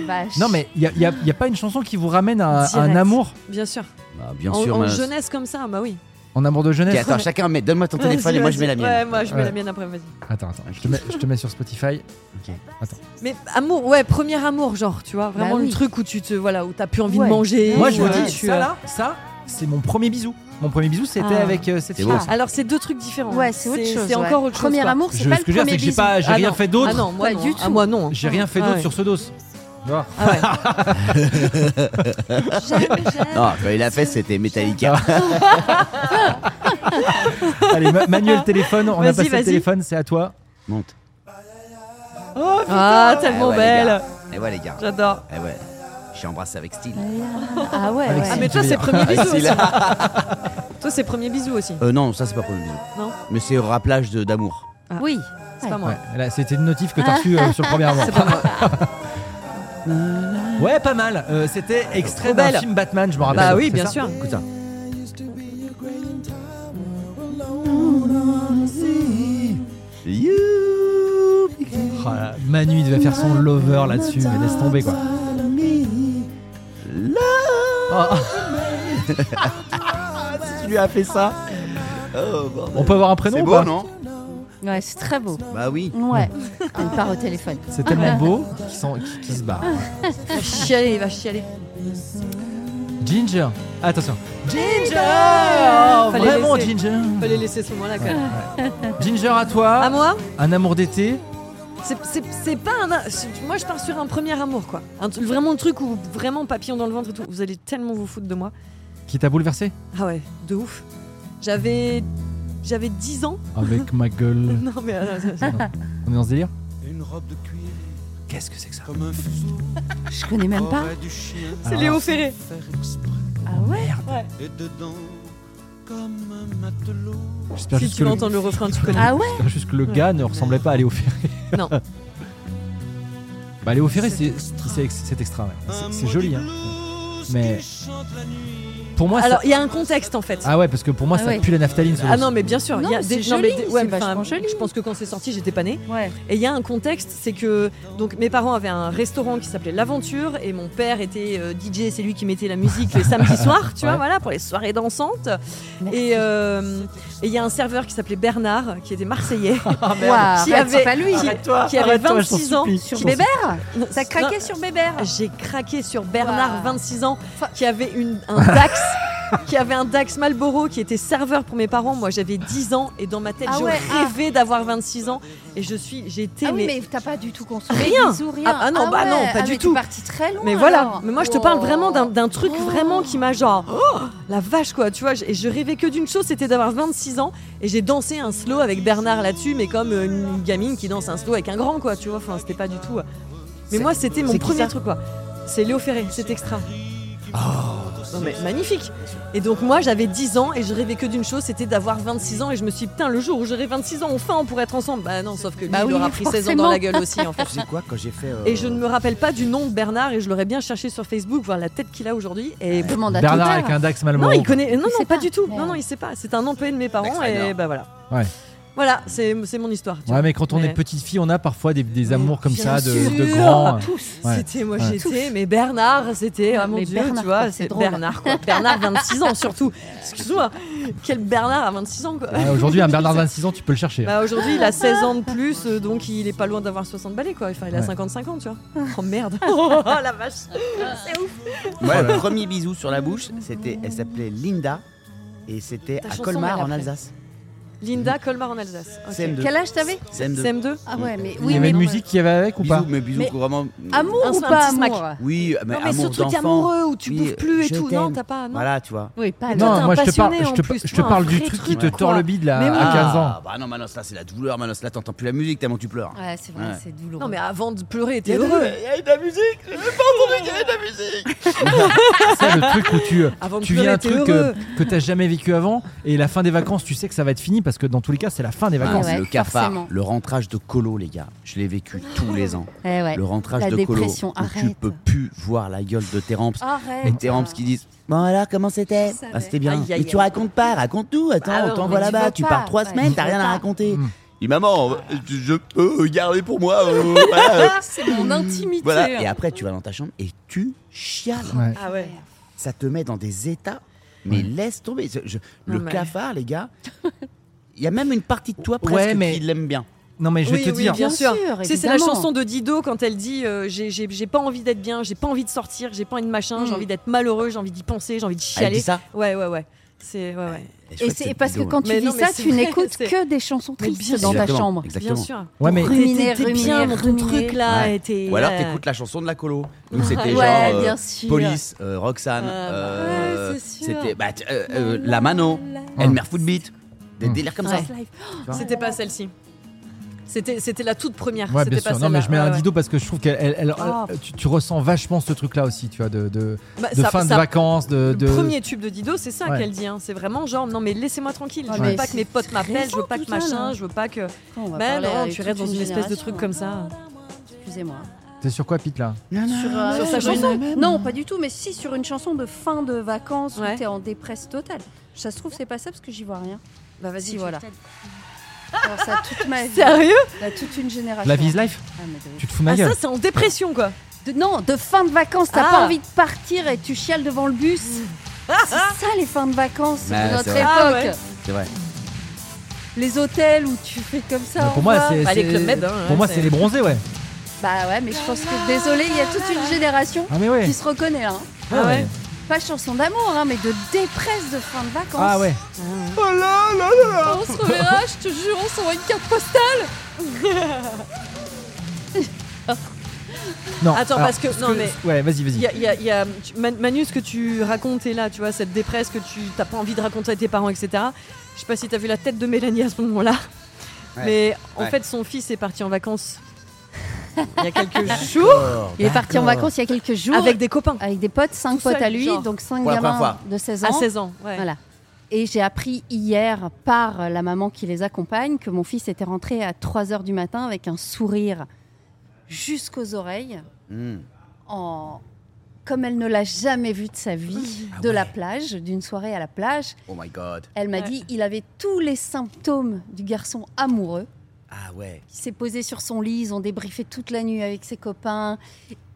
[SPEAKER 2] Vache.
[SPEAKER 1] Non, mais il n'y a, y a- y a pas une chanson qui vous ramène à, à un
[SPEAKER 4] Direct.
[SPEAKER 1] amour,
[SPEAKER 4] Bien sûr.
[SPEAKER 3] Bah, Bien
[SPEAKER 4] en,
[SPEAKER 3] sûr,
[SPEAKER 4] en
[SPEAKER 3] Manos.
[SPEAKER 4] jeunesse comme ça, bah oui.
[SPEAKER 1] en amour de
[SPEAKER 3] Ok,
[SPEAKER 1] jeunesse.
[SPEAKER 3] attends, chacun, met, donne-moi ton téléphone
[SPEAKER 4] Vas-y,
[SPEAKER 3] et moi je mets la
[SPEAKER 4] vas-y. Ouais,
[SPEAKER 3] mienne.
[SPEAKER 4] moi, je mets
[SPEAKER 1] Ouais.
[SPEAKER 4] la mienne après, vas-y.
[SPEAKER 1] Attends, attends, je te, mets, je te mets sur Spotify.
[SPEAKER 4] Mais amour, ouais, premier amour, genre, tu vois, vraiment
[SPEAKER 2] Bah oui.
[SPEAKER 4] le truc où tu te, voilà, où t'as plus envie
[SPEAKER 2] Ouais.
[SPEAKER 4] de manger.
[SPEAKER 1] Moi, je
[SPEAKER 4] où,
[SPEAKER 1] vous
[SPEAKER 4] euh,
[SPEAKER 1] dis,
[SPEAKER 4] tu,
[SPEAKER 1] ça
[SPEAKER 4] euh,
[SPEAKER 1] là, ça, c'est mon premier bisou. Mon premier bisou, c'était
[SPEAKER 4] Ah.
[SPEAKER 1] avec euh, cette
[SPEAKER 3] C'est
[SPEAKER 1] fille.
[SPEAKER 3] beau,
[SPEAKER 4] Alors, c'est deux trucs différents.
[SPEAKER 2] Ouais, c'est autre chose.
[SPEAKER 4] C'est
[SPEAKER 2] ouais.
[SPEAKER 4] encore autre chose.
[SPEAKER 2] Premier
[SPEAKER 4] quoi.
[SPEAKER 2] amour,
[SPEAKER 1] Je-
[SPEAKER 2] Ah, c'est pas
[SPEAKER 1] ce
[SPEAKER 2] le
[SPEAKER 1] que je veux dire,
[SPEAKER 2] premier
[SPEAKER 1] c'est que j'ai
[SPEAKER 2] bisou.
[SPEAKER 1] pas, j'ai
[SPEAKER 4] Ah
[SPEAKER 1] rien
[SPEAKER 4] non.
[SPEAKER 1] fait d'autre.
[SPEAKER 4] Ah non, moi,
[SPEAKER 2] Pas
[SPEAKER 4] non.
[SPEAKER 2] du
[SPEAKER 4] Ah,
[SPEAKER 2] tout.
[SPEAKER 4] moi, non.
[SPEAKER 1] J'ai rien fait
[SPEAKER 4] Ah
[SPEAKER 1] d'autre
[SPEAKER 4] ouais.
[SPEAKER 1] sur ce dos. Tu vois
[SPEAKER 4] Ah ouais.
[SPEAKER 3] Non, quand il a fait, c'était Metallica.
[SPEAKER 1] Allez, Ma- Manuel, téléphone, on a
[SPEAKER 4] Vas-y,
[SPEAKER 1] passé le
[SPEAKER 4] vas-y.
[SPEAKER 1] téléphone, c'est à toi.
[SPEAKER 3] Monte.
[SPEAKER 4] Ah, tellement
[SPEAKER 3] Eh ouais, les
[SPEAKER 4] belle
[SPEAKER 3] gars. Eh ouais, les gars.
[SPEAKER 4] J'adore.
[SPEAKER 3] Eh ouais. J'ai embrassé avec style.
[SPEAKER 2] Ah ouais, ouais.
[SPEAKER 4] Ah mais toi
[SPEAKER 1] tu
[SPEAKER 4] c'est
[SPEAKER 1] veux
[SPEAKER 4] premier
[SPEAKER 3] Ah,
[SPEAKER 4] bisou
[SPEAKER 3] c'est
[SPEAKER 4] aussi.
[SPEAKER 3] là.
[SPEAKER 4] Toi c'est premier bisou aussi.
[SPEAKER 3] Euh, non, ça c'est pas premier bisou.
[SPEAKER 4] Non.
[SPEAKER 3] Mais c'est rappelage de- d'amour.
[SPEAKER 2] Oui.
[SPEAKER 4] Ah. C'est pas moi. Ah,
[SPEAKER 1] Ouais, là, c'était une notif que t'as reçue euh, sur le premier amour. ouais, pas mal. Euh, c'était extrait
[SPEAKER 4] Trop
[SPEAKER 1] d'un
[SPEAKER 4] belle.
[SPEAKER 1] film Batman, je me rappelle.
[SPEAKER 4] Bah oui
[SPEAKER 1] C'est
[SPEAKER 4] bien
[SPEAKER 1] ça
[SPEAKER 4] sûr.
[SPEAKER 3] Écoute ça. You
[SPEAKER 1] Oh là là, Manu, il devait faire son lover là-dessus, mais laisse tomber quoi. Oh,
[SPEAKER 3] tu lui as fait ça Oh, bordel.
[SPEAKER 1] on peut avoir un prénom
[SPEAKER 3] C'est
[SPEAKER 1] ou
[SPEAKER 3] beau,
[SPEAKER 1] pas
[SPEAKER 3] non
[SPEAKER 2] Ouais, c'est très beau.
[SPEAKER 3] Bah oui.
[SPEAKER 2] Ouais. Elle part au téléphone.
[SPEAKER 1] C'est
[SPEAKER 4] Ah.
[SPEAKER 1] tellement beau qu'il s'en- qu'il- qu'il se barre.
[SPEAKER 4] Il va chialer, il va chialer.
[SPEAKER 1] Ginger. Attention. Ginger
[SPEAKER 4] Fallait
[SPEAKER 1] Vraiment
[SPEAKER 4] laisser.
[SPEAKER 1] Ginger.
[SPEAKER 4] Fallait laisser ce moment là quand même.
[SPEAKER 1] Ginger à toi.
[SPEAKER 4] À moi
[SPEAKER 1] Un amour d'été.
[SPEAKER 4] c'est- c'est c'est pas un. c'est- Moi je pars sur un premier amour quoi. Un tru- vraiment le truc où vraiment papillon dans le ventre et tout. Vous allez tellement vous foutre de moi.
[SPEAKER 1] Qui t'a bouleversé
[SPEAKER 4] Ah ouais, de ouf. J'avais. J'avais 10 ans.
[SPEAKER 1] Avec ma gueule.
[SPEAKER 4] Non mais. euh,
[SPEAKER 1] Ah, On est dans ce délire
[SPEAKER 5] Une robe de cuir
[SPEAKER 1] Qu'est-ce que c'est que ça
[SPEAKER 5] comme un fuseau
[SPEAKER 2] Je connais même pas.
[SPEAKER 5] aurait du chien
[SPEAKER 4] C'est
[SPEAKER 1] Alors,
[SPEAKER 4] Léo Ferré.
[SPEAKER 5] faire exprès
[SPEAKER 2] Ah ouais
[SPEAKER 5] et dedans comme un matelot.
[SPEAKER 1] J'espère
[SPEAKER 4] Si
[SPEAKER 1] juste
[SPEAKER 4] tu
[SPEAKER 1] que le-
[SPEAKER 4] entends le refrain, tu connais.
[SPEAKER 2] Ah ouais
[SPEAKER 1] J'espère juste que le gars ne ressemblait pas à Léo Ferré.
[SPEAKER 4] Non.
[SPEAKER 1] Bah Léo Ferré, c'est c'est ex- c'est extra, ouais. C'est- c'est joli. Hein. Mais pour moi, Ah, ça-
[SPEAKER 4] Alors il y a un contexte en fait.
[SPEAKER 1] ah ouais, parce que pour moi,
[SPEAKER 2] Ah
[SPEAKER 1] ça
[SPEAKER 2] ouais.
[SPEAKER 1] pue la naphtaline. ce
[SPEAKER 4] Ah
[SPEAKER 1] dos.
[SPEAKER 4] non mais bien sûr,
[SPEAKER 2] Non,
[SPEAKER 4] il y a
[SPEAKER 2] mais c'est
[SPEAKER 4] non,
[SPEAKER 2] joli,
[SPEAKER 4] des- ouais,
[SPEAKER 2] c'est
[SPEAKER 4] mais enfin,
[SPEAKER 2] vachement joli.
[SPEAKER 4] Je pense que quand c'est sorti, j'étais pas née.
[SPEAKER 2] Ah Ouais.
[SPEAKER 4] Et il y a un contexte, c'est que donc mes parents avaient un restaurant qui s'appelait l'Aventure et mon père était euh, DJ, c'est lui qui mettait la musique les samedis soirs, tu vois,
[SPEAKER 1] Ouais.
[SPEAKER 4] voilà, pour les soirées dansantes.
[SPEAKER 2] Merci.
[SPEAKER 4] Et euh, et il y a un serveur qui s'appelait Bernard, qui était marseillais,
[SPEAKER 2] Waouh, Ah, arrête,
[SPEAKER 4] avait-
[SPEAKER 2] Ah, c'est pas lui.
[SPEAKER 4] qui-
[SPEAKER 1] Arrête-toi,
[SPEAKER 4] qui avait
[SPEAKER 1] arrête-toi, je t'en
[SPEAKER 4] 26 ans,
[SPEAKER 1] supplie,
[SPEAKER 2] Sur
[SPEAKER 1] je t'en supplie.
[SPEAKER 2] Bébert Ça
[SPEAKER 4] Non,
[SPEAKER 2] craquait sur Bébert.
[SPEAKER 4] j'ai craqué sur Bernard,
[SPEAKER 2] Waouh.
[SPEAKER 4] 26 ans,
[SPEAKER 2] Fa-
[SPEAKER 4] qui avait une, un Dax, qui avait un Dax Malboro, qui était serveur pour mes parents. Moi, j'avais 10 ans et dans ma tête,
[SPEAKER 2] Ah
[SPEAKER 4] je
[SPEAKER 2] ouais, ah.
[SPEAKER 4] rêvais d'avoir 26 ans. Et je suis, j'étais
[SPEAKER 2] Ah oui,
[SPEAKER 4] mais-
[SPEAKER 2] mais t'as pas du tout consommé.
[SPEAKER 4] Rien.
[SPEAKER 2] bisous, rien.
[SPEAKER 4] Ah, ah non, bah non,
[SPEAKER 2] ouais.
[SPEAKER 4] pas
[SPEAKER 2] Ah,
[SPEAKER 4] du
[SPEAKER 2] mais
[SPEAKER 4] tout.
[SPEAKER 2] T'es parti très loin.
[SPEAKER 4] Mais voilà,
[SPEAKER 2] alors.
[SPEAKER 4] mais moi je te parle
[SPEAKER 2] Wow.
[SPEAKER 4] vraiment d'un- d'un truc
[SPEAKER 2] Oh.
[SPEAKER 4] vraiment qui m'a genre oh, la vache quoi, tu vois, j- et je rêvais que d'une chose, c'était d'avoir 26 ans et j'ai dansé un slow avec Bernard là-dessus mais comme euh, une gamine qui danse un slow avec un grand quoi, tu vois, enfin c'était pas du tout. euh. Mais moi c'était mon
[SPEAKER 3] c'est qui
[SPEAKER 4] premier
[SPEAKER 3] ça
[SPEAKER 2] Oh.
[SPEAKER 4] truc quoi. C'est Léo Ferré, c'est extra. Non, mais magnifique. Et donc moi j'avais 10 ans et je rêvais que d'une chose, c'était d'avoir 26 ans et je me suis dit, putain le jour où j'aurai 26 ans enfin on pourrait être ensemble. Bah non, sauf que lui
[SPEAKER 2] Bah
[SPEAKER 4] il
[SPEAKER 2] oui,
[SPEAKER 4] aura pris 16 ans dans
[SPEAKER 2] forcément.
[SPEAKER 4] la gueule aussi en fait.
[SPEAKER 3] Tu sais quoi, quand j'ai fait. euh,
[SPEAKER 4] Et je ne me rappelle pas du nom de Bernard et je l'aurais bien cherché sur Facebook, voir la tête qu'il a aujourd'hui. Et
[SPEAKER 2] Demande à ton
[SPEAKER 1] Bernard
[SPEAKER 2] père.
[SPEAKER 1] avec un Dax Malmont.
[SPEAKER 4] non, il connaît. Non,
[SPEAKER 2] Il
[SPEAKER 4] non,
[SPEAKER 2] sait
[SPEAKER 4] pas,
[SPEAKER 2] pas.
[SPEAKER 4] du tout.
[SPEAKER 2] Ouais.
[SPEAKER 4] Non, non, il sait pas. C'est un employé de mes parents
[SPEAKER 3] Max Rider.
[SPEAKER 4] et bah voilà.
[SPEAKER 1] Ouais.
[SPEAKER 4] Voilà, c'est c'est mon histoire. tu
[SPEAKER 1] Ouais,
[SPEAKER 4] vois.
[SPEAKER 1] mais quand on
[SPEAKER 4] Mais-
[SPEAKER 1] est petite fille, on a parfois des, des
[SPEAKER 4] Mais
[SPEAKER 1] amours comme
[SPEAKER 4] bien
[SPEAKER 1] ça, de, de
[SPEAKER 4] sûr.
[SPEAKER 1] grands.
[SPEAKER 2] Tous.
[SPEAKER 1] Ouais.
[SPEAKER 4] C'était moi
[SPEAKER 1] Ouais.
[SPEAKER 4] j'étais, mais Bernard, c'était, ah, mon
[SPEAKER 2] mais
[SPEAKER 4] Dieu,
[SPEAKER 2] Bernard,
[SPEAKER 4] tu vois,
[SPEAKER 2] quoi, c'est
[SPEAKER 4] c'est
[SPEAKER 2] drôle.
[SPEAKER 4] Bernard, quoi. Bernard, 26 ans surtout. Excuse-moi, quel Bernard à 26 ans, quoi.
[SPEAKER 1] Ouais, Aujourd'hui, un Bernard de 26 ans, tu peux le chercher.
[SPEAKER 4] Bah aujourd'hui, il a 16 ans de plus, euh, donc il est pas loin d'avoir 60 balais, quoi. Enfin, il a
[SPEAKER 1] Ouais.
[SPEAKER 4] 55 ans, tu vois. Oh merde. Oh la vache.
[SPEAKER 3] Moi, le premier bisou sur la bouche, c'était, elle s'appelait Linda et c'était
[SPEAKER 4] Ta
[SPEAKER 3] à
[SPEAKER 4] chanson,
[SPEAKER 3] Colmar
[SPEAKER 2] elle
[SPEAKER 3] en
[SPEAKER 2] après.
[SPEAKER 3] Alsace.
[SPEAKER 4] Linda Colmar en Alsace. Ok.
[SPEAKER 3] CM2.
[SPEAKER 2] Quel âge t'avais
[SPEAKER 3] CM2.
[SPEAKER 4] CM2
[SPEAKER 2] Ah ouais, mais
[SPEAKER 1] il
[SPEAKER 2] oui,
[SPEAKER 1] y avait
[SPEAKER 2] mais
[SPEAKER 1] une
[SPEAKER 2] non,
[SPEAKER 1] musique qui avait avec ou
[SPEAKER 3] Bisous,
[SPEAKER 1] pas
[SPEAKER 3] mais bisous
[SPEAKER 4] Mais-
[SPEAKER 3] couramment. euh,
[SPEAKER 2] mais- Amour
[SPEAKER 4] Un
[SPEAKER 2] ou
[SPEAKER 4] smack,
[SPEAKER 2] pas
[SPEAKER 4] un petit smack.
[SPEAKER 2] amour
[SPEAKER 3] Oui, mais
[SPEAKER 4] Non, mais ce
[SPEAKER 3] amour
[SPEAKER 4] truc
[SPEAKER 3] d'enfant.
[SPEAKER 4] amoureux où tu
[SPEAKER 3] Oui,
[SPEAKER 4] bouffes plus et
[SPEAKER 3] je
[SPEAKER 4] tout.
[SPEAKER 3] t'aime.
[SPEAKER 4] Non, t'as pas. Non.
[SPEAKER 3] Voilà, tu vois.
[SPEAKER 2] Oui, pas
[SPEAKER 4] toi,
[SPEAKER 1] Non,
[SPEAKER 4] t'es
[SPEAKER 1] moi je te parle,
[SPEAKER 4] impassionné,
[SPEAKER 1] je te,
[SPEAKER 4] en plus,
[SPEAKER 1] je te
[SPEAKER 4] toi, un
[SPEAKER 1] parle du
[SPEAKER 4] vrai
[SPEAKER 1] truc qui
[SPEAKER 4] truc,
[SPEAKER 1] te tord
[SPEAKER 4] quoi.
[SPEAKER 1] le bide là
[SPEAKER 4] Mais oui.
[SPEAKER 1] à 15 ans.
[SPEAKER 3] Ah, bah non, Manos, là c'est la douleur, Manos, là t'entends plus la musique tellement tu pleures.
[SPEAKER 2] Ouais, c'est vrai,
[SPEAKER 3] Ouais.
[SPEAKER 2] c'est douloureux.
[SPEAKER 4] Non, mais avant de pleurer,
[SPEAKER 3] Il y
[SPEAKER 4] t'es
[SPEAKER 3] a de-
[SPEAKER 4] heureux.
[SPEAKER 3] il y a de la musique, je n'ai pas entendu qu'il y avait de la musique.
[SPEAKER 1] C'est le truc où tu,
[SPEAKER 4] Avant de
[SPEAKER 1] tu vis
[SPEAKER 4] pleurer,
[SPEAKER 1] un
[SPEAKER 4] t'es
[SPEAKER 1] truc
[SPEAKER 4] heureux.
[SPEAKER 1] euh, que, t'as jamais vécu avant et la fin des vacances, tu sais que ça va être fini parce que dans tous les cas, c'est la fin des
[SPEAKER 3] Ah,
[SPEAKER 1] vacances.
[SPEAKER 2] ouais,
[SPEAKER 3] le cafard,
[SPEAKER 2] forcément.
[SPEAKER 3] le rentrage de colo, les gars, je l'ai vécu tous les ans.
[SPEAKER 2] Eh ouais.
[SPEAKER 3] Le rentrage
[SPEAKER 2] La
[SPEAKER 3] de colo,
[SPEAKER 2] dépression,
[SPEAKER 3] où tu
[SPEAKER 2] arrête.
[SPEAKER 3] peux plus voir la gueule de tes ramps.
[SPEAKER 2] Arrête.
[SPEAKER 3] Et tes ramps qui disent Bon alors, comment c'était
[SPEAKER 2] Je savais.
[SPEAKER 3] Ah, C'était bien.
[SPEAKER 4] Aïe, aïe,
[SPEAKER 3] Mais tu
[SPEAKER 4] aïe.
[SPEAKER 3] racontes pas, raconte tout. Attends,
[SPEAKER 4] Ah,
[SPEAKER 3] on
[SPEAKER 4] non,
[SPEAKER 3] t'envoie
[SPEAKER 2] mais tu
[SPEAKER 3] là-bas.
[SPEAKER 2] veux
[SPEAKER 3] Tu
[SPEAKER 2] pas.
[SPEAKER 3] pars trois
[SPEAKER 2] Ouais,
[SPEAKER 3] semaines,
[SPEAKER 2] tu
[SPEAKER 3] t'as
[SPEAKER 2] veux
[SPEAKER 3] rien à
[SPEAKER 2] pas. Ah.
[SPEAKER 3] raconter.
[SPEAKER 1] Mm.
[SPEAKER 3] Et maman, euh, je peux garder pour moi. euh, voilà, euh,
[SPEAKER 2] C'est mon intimité.
[SPEAKER 3] voilà. Et après, tu vas dans ta chambre et tu chiales.
[SPEAKER 1] Ouais.
[SPEAKER 4] Ah ouais.
[SPEAKER 3] Ça te met dans des états. Mais
[SPEAKER 1] Ouais.
[SPEAKER 3] laisse tomber. Je- je-
[SPEAKER 4] Non,
[SPEAKER 3] le
[SPEAKER 4] mais-
[SPEAKER 3] cafard, les gars. Il y a même une partie de toi presque
[SPEAKER 1] Ouais, mais-
[SPEAKER 3] qui l'aime bien.
[SPEAKER 1] Non mais je vais
[SPEAKER 4] oui,
[SPEAKER 1] te
[SPEAKER 4] oui,
[SPEAKER 1] dire,
[SPEAKER 4] bien
[SPEAKER 2] Bien
[SPEAKER 4] sûr.
[SPEAKER 2] sûr,
[SPEAKER 4] Tu sais, c'est la
[SPEAKER 2] évidemment.
[SPEAKER 4] chanson de Dido quand elle dit euh, j'ai- j'ai j'ai pas envie d'être bien, j'ai pas envie de sortir, j'ai pas envie de machin, j'ai
[SPEAKER 2] Mm.
[SPEAKER 4] envie d'être malheureux, j'ai envie d'y penser, j'ai envie de
[SPEAKER 3] Elle
[SPEAKER 4] chialer.
[SPEAKER 3] dit ça.
[SPEAKER 4] Ouais, ouais, ouais. C'est ouais, ouais.
[SPEAKER 3] je
[SPEAKER 2] Et
[SPEAKER 3] crois
[SPEAKER 2] c'est
[SPEAKER 3] cette
[SPEAKER 2] parce que
[SPEAKER 3] vidéo,
[SPEAKER 2] quand tu
[SPEAKER 4] Mais
[SPEAKER 2] vis
[SPEAKER 4] non, mais
[SPEAKER 2] ça,
[SPEAKER 4] c'est
[SPEAKER 2] tu
[SPEAKER 4] vrai,
[SPEAKER 2] n'écoutes
[SPEAKER 4] c'est-
[SPEAKER 2] que des chansons
[SPEAKER 4] Mais
[SPEAKER 2] tristes
[SPEAKER 4] bien
[SPEAKER 2] dans ta
[SPEAKER 3] Exactement,
[SPEAKER 2] chambre.
[SPEAKER 3] Exactement.
[SPEAKER 4] Bien sûr.
[SPEAKER 1] Ouais, mais-
[SPEAKER 2] Ruminer,
[SPEAKER 4] T'es- t'es bien
[SPEAKER 2] ruminer,
[SPEAKER 4] dans ton
[SPEAKER 2] ruminer.
[SPEAKER 4] truc là
[SPEAKER 3] Ouais.
[SPEAKER 4] et t'es-
[SPEAKER 3] Ou alors
[SPEAKER 4] ouais.
[SPEAKER 3] t'écoutes la chanson de la colo. Donc c'était genre.
[SPEAKER 2] euh, Ouais,
[SPEAKER 3] euh,
[SPEAKER 2] bien sûr.
[SPEAKER 3] Police, euh, Roxane,
[SPEAKER 4] Ah,
[SPEAKER 3] euh,
[SPEAKER 2] ouais, c'est sûr.
[SPEAKER 3] c'était bah, t- euh, euh, La Mano, Elmer Footbeat, des
[SPEAKER 1] Mm.
[SPEAKER 3] délires comme ça.
[SPEAKER 1] hein.
[SPEAKER 4] C'était pas celle-ci. C'était c'était la toute première.
[SPEAKER 1] Ouais,
[SPEAKER 4] C'était
[SPEAKER 1] bien
[SPEAKER 4] pas
[SPEAKER 1] sûr. Non, mais
[SPEAKER 4] celle-là.
[SPEAKER 1] je mets
[SPEAKER 4] Ouais,
[SPEAKER 1] un
[SPEAKER 4] ouais.
[SPEAKER 1] dido parce que je trouve qu'elle, elle- elle-
[SPEAKER 4] Ah.
[SPEAKER 1] tu, tu ressens vachement ce truc-là aussi, tu vois, de, de,
[SPEAKER 4] Bah,
[SPEAKER 1] de
[SPEAKER 4] ça-
[SPEAKER 1] fin de
[SPEAKER 4] ça-
[SPEAKER 1] vacances, de, de-
[SPEAKER 4] Le premier tube de Dido, c'est ça
[SPEAKER 1] Ouais.
[SPEAKER 4] qu'elle dit. hein. C'est vraiment genre, non mais laissez-moi tranquille.
[SPEAKER 2] Ah,
[SPEAKER 4] Je
[SPEAKER 2] mais
[SPEAKER 4] veux pas que mes
[SPEAKER 2] c'est
[SPEAKER 4] potes m'appellent, je veux pas que
[SPEAKER 2] récent, putain,
[SPEAKER 4] machin,
[SPEAKER 2] là.
[SPEAKER 4] je veux pas que.
[SPEAKER 2] Bah
[SPEAKER 4] Ben non, tu restes dans une espèce de truc comme
[SPEAKER 2] hein.
[SPEAKER 4] ça.
[SPEAKER 2] Excusez-moi.
[SPEAKER 1] T'es sur quoi, Pete là
[SPEAKER 2] Sur, euh,
[SPEAKER 4] Sur sa
[SPEAKER 2] sur une-
[SPEAKER 4] chanson
[SPEAKER 2] Non, pas du tout, mais si, sur une chanson de fin de vacances
[SPEAKER 4] Ouais.
[SPEAKER 2] où t'es en dépresse totale. Ça se trouve, c'est pas ça parce que j'y vois rien.
[SPEAKER 4] Bah
[SPEAKER 2] vas-y, voilà. Alors, ça a toute ma vie,
[SPEAKER 4] Sérieux
[SPEAKER 2] là, toute une génération.
[SPEAKER 1] La Vise Life
[SPEAKER 2] Ah, mais de ouf.
[SPEAKER 1] Tu te fous de ma
[SPEAKER 4] Ah ça
[SPEAKER 1] gueule
[SPEAKER 4] c'est en dépression quoi.
[SPEAKER 2] De- non, de fin de vacances, t'as
[SPEAKER 4] Ah. Mm.
[SPEAKER 2] pas envie de partir et tu chiales devant le bus. C'est ça les fins de vacances
[SPEAKER 1] Bah,
[SPEAKER 3] Ouais,
[SPEAKER 2] de notre
[SPEAKER 3] c'est
[SPEAKER 2] époque.
[SPEAKER 3] vrai.
[SPEAKER 4] Ah ouais.
[SPEAKER 3] C'est vrai.
[SPEAKER 2] Les hôtels où tu fais comme ça.
[SPEAKER 1] Mais
[SPEAKER 2] au
[SPEAKER 1] Pour moi,
[SPEAKER 2] revoir.
[SPEAKER 1] c'est
[SPEAKER 4] Bah, les
[SPEAKER 1] c'est-
[SPEAKER 4] Club Med, hein,
[SPEAKER 1] pour moi,
[SPEAKER 4] ouais,
[SPEAKER 1] c'est
[SPEAKER 4] c'est-
[SPEAKER 1] les bronzés, ouais.
[SPEAKER 2] Bah ouais, mais je pense que désolé, il y a toute une génération
[SPEAKER 1] Ah mais ouais.
[SPEAKER 2] qui se reconnaît là. hein.
[SPEAKER 4] Ah ouais.
[SPEAKER 1] ouais.
[SPEAKER 2] Pas chanson d'amour, hein, mais de dépresse de fin de vacances.
[SPEAKER 1] Ah ouais.
[SPEAKER 2] On se reverra, je te jure, on s'envoie une carte postale.
[SPEAKER 1] Non.
[SPEAKER 4] Attends,
[SPEAKER 1] alors,
[SPEAKER 4] parce que-
[SPEAKER 1] ce
[SPEAKER 4] non, mais-
[SPEAKER 1] Ouais, vas-y,
[SPEAKER 4] Il y
[SPEAKER 1] vas-y.
[SPEAKER 4] a, il y a- il y a- tu- Man- Manu, ce que tu racontes est là, tu vois, cette dépresse que tu t'as pas envie de raconter à tes parents, etc. Je sais pas si t'as vu la tête de Mélanie à ce moment-là,
[SPEAKER 3] Ouais.
[SPEAKER 4] mais en
[SPEAKER 3] Ouais.
[SPEAKER 4] fait, son fils est parti en vacances il y a quelques jours
[SPEAKER 2] Il est parti en vacances il y a quelques jours
[SPEAKER 4] avec des copains
[SPEAKER 2] avec des potes, 5
[SPEAKER 4] Tout
[SPEAKER 2] potes
[SPEAKER 4] seul,
[SPEAKER 2] à lui,
[SPEAKER 4] genre.
[SPEAKER 2] donc 5
[SPEAKER 3] Pour la
[SPEAKER 2] gamins
[SPEAKER 3] première
[SPEAKER 2] de 16 ans.
[SPEAKER 4] à 16 ans. Ouais.
[SPEAKER 2] Voilà. Et j'ai appris hier par la maman qui les accompagne que mon fils était rentré à 3 heures du matin avec un sourire jusqu'aux oreilles,
[SPEAKER 3] Mm.
[SPEAKER 2] en... comme elle ne l'a jamais vu de sa vie,
[SPEAKER 3] Ah
[SPEAKER 2] de la
[SPEAKER 3] ouais.
[SPEAKER 2] plage, d'une soirée à la plage.
[SPEAKER 3] Oh my god.
[SPEAKER 2] Elle m'a
[SPEAKER 4] Ouais.
[SPEAKER 2] dit il avait tous les symptômes du garçon amoureux.
[SPEAKER 3] Ah ouais.
[SPEAKER 2] Il s'est posé sur son lit, ils ont débriefé toute la nuit avec ses copains.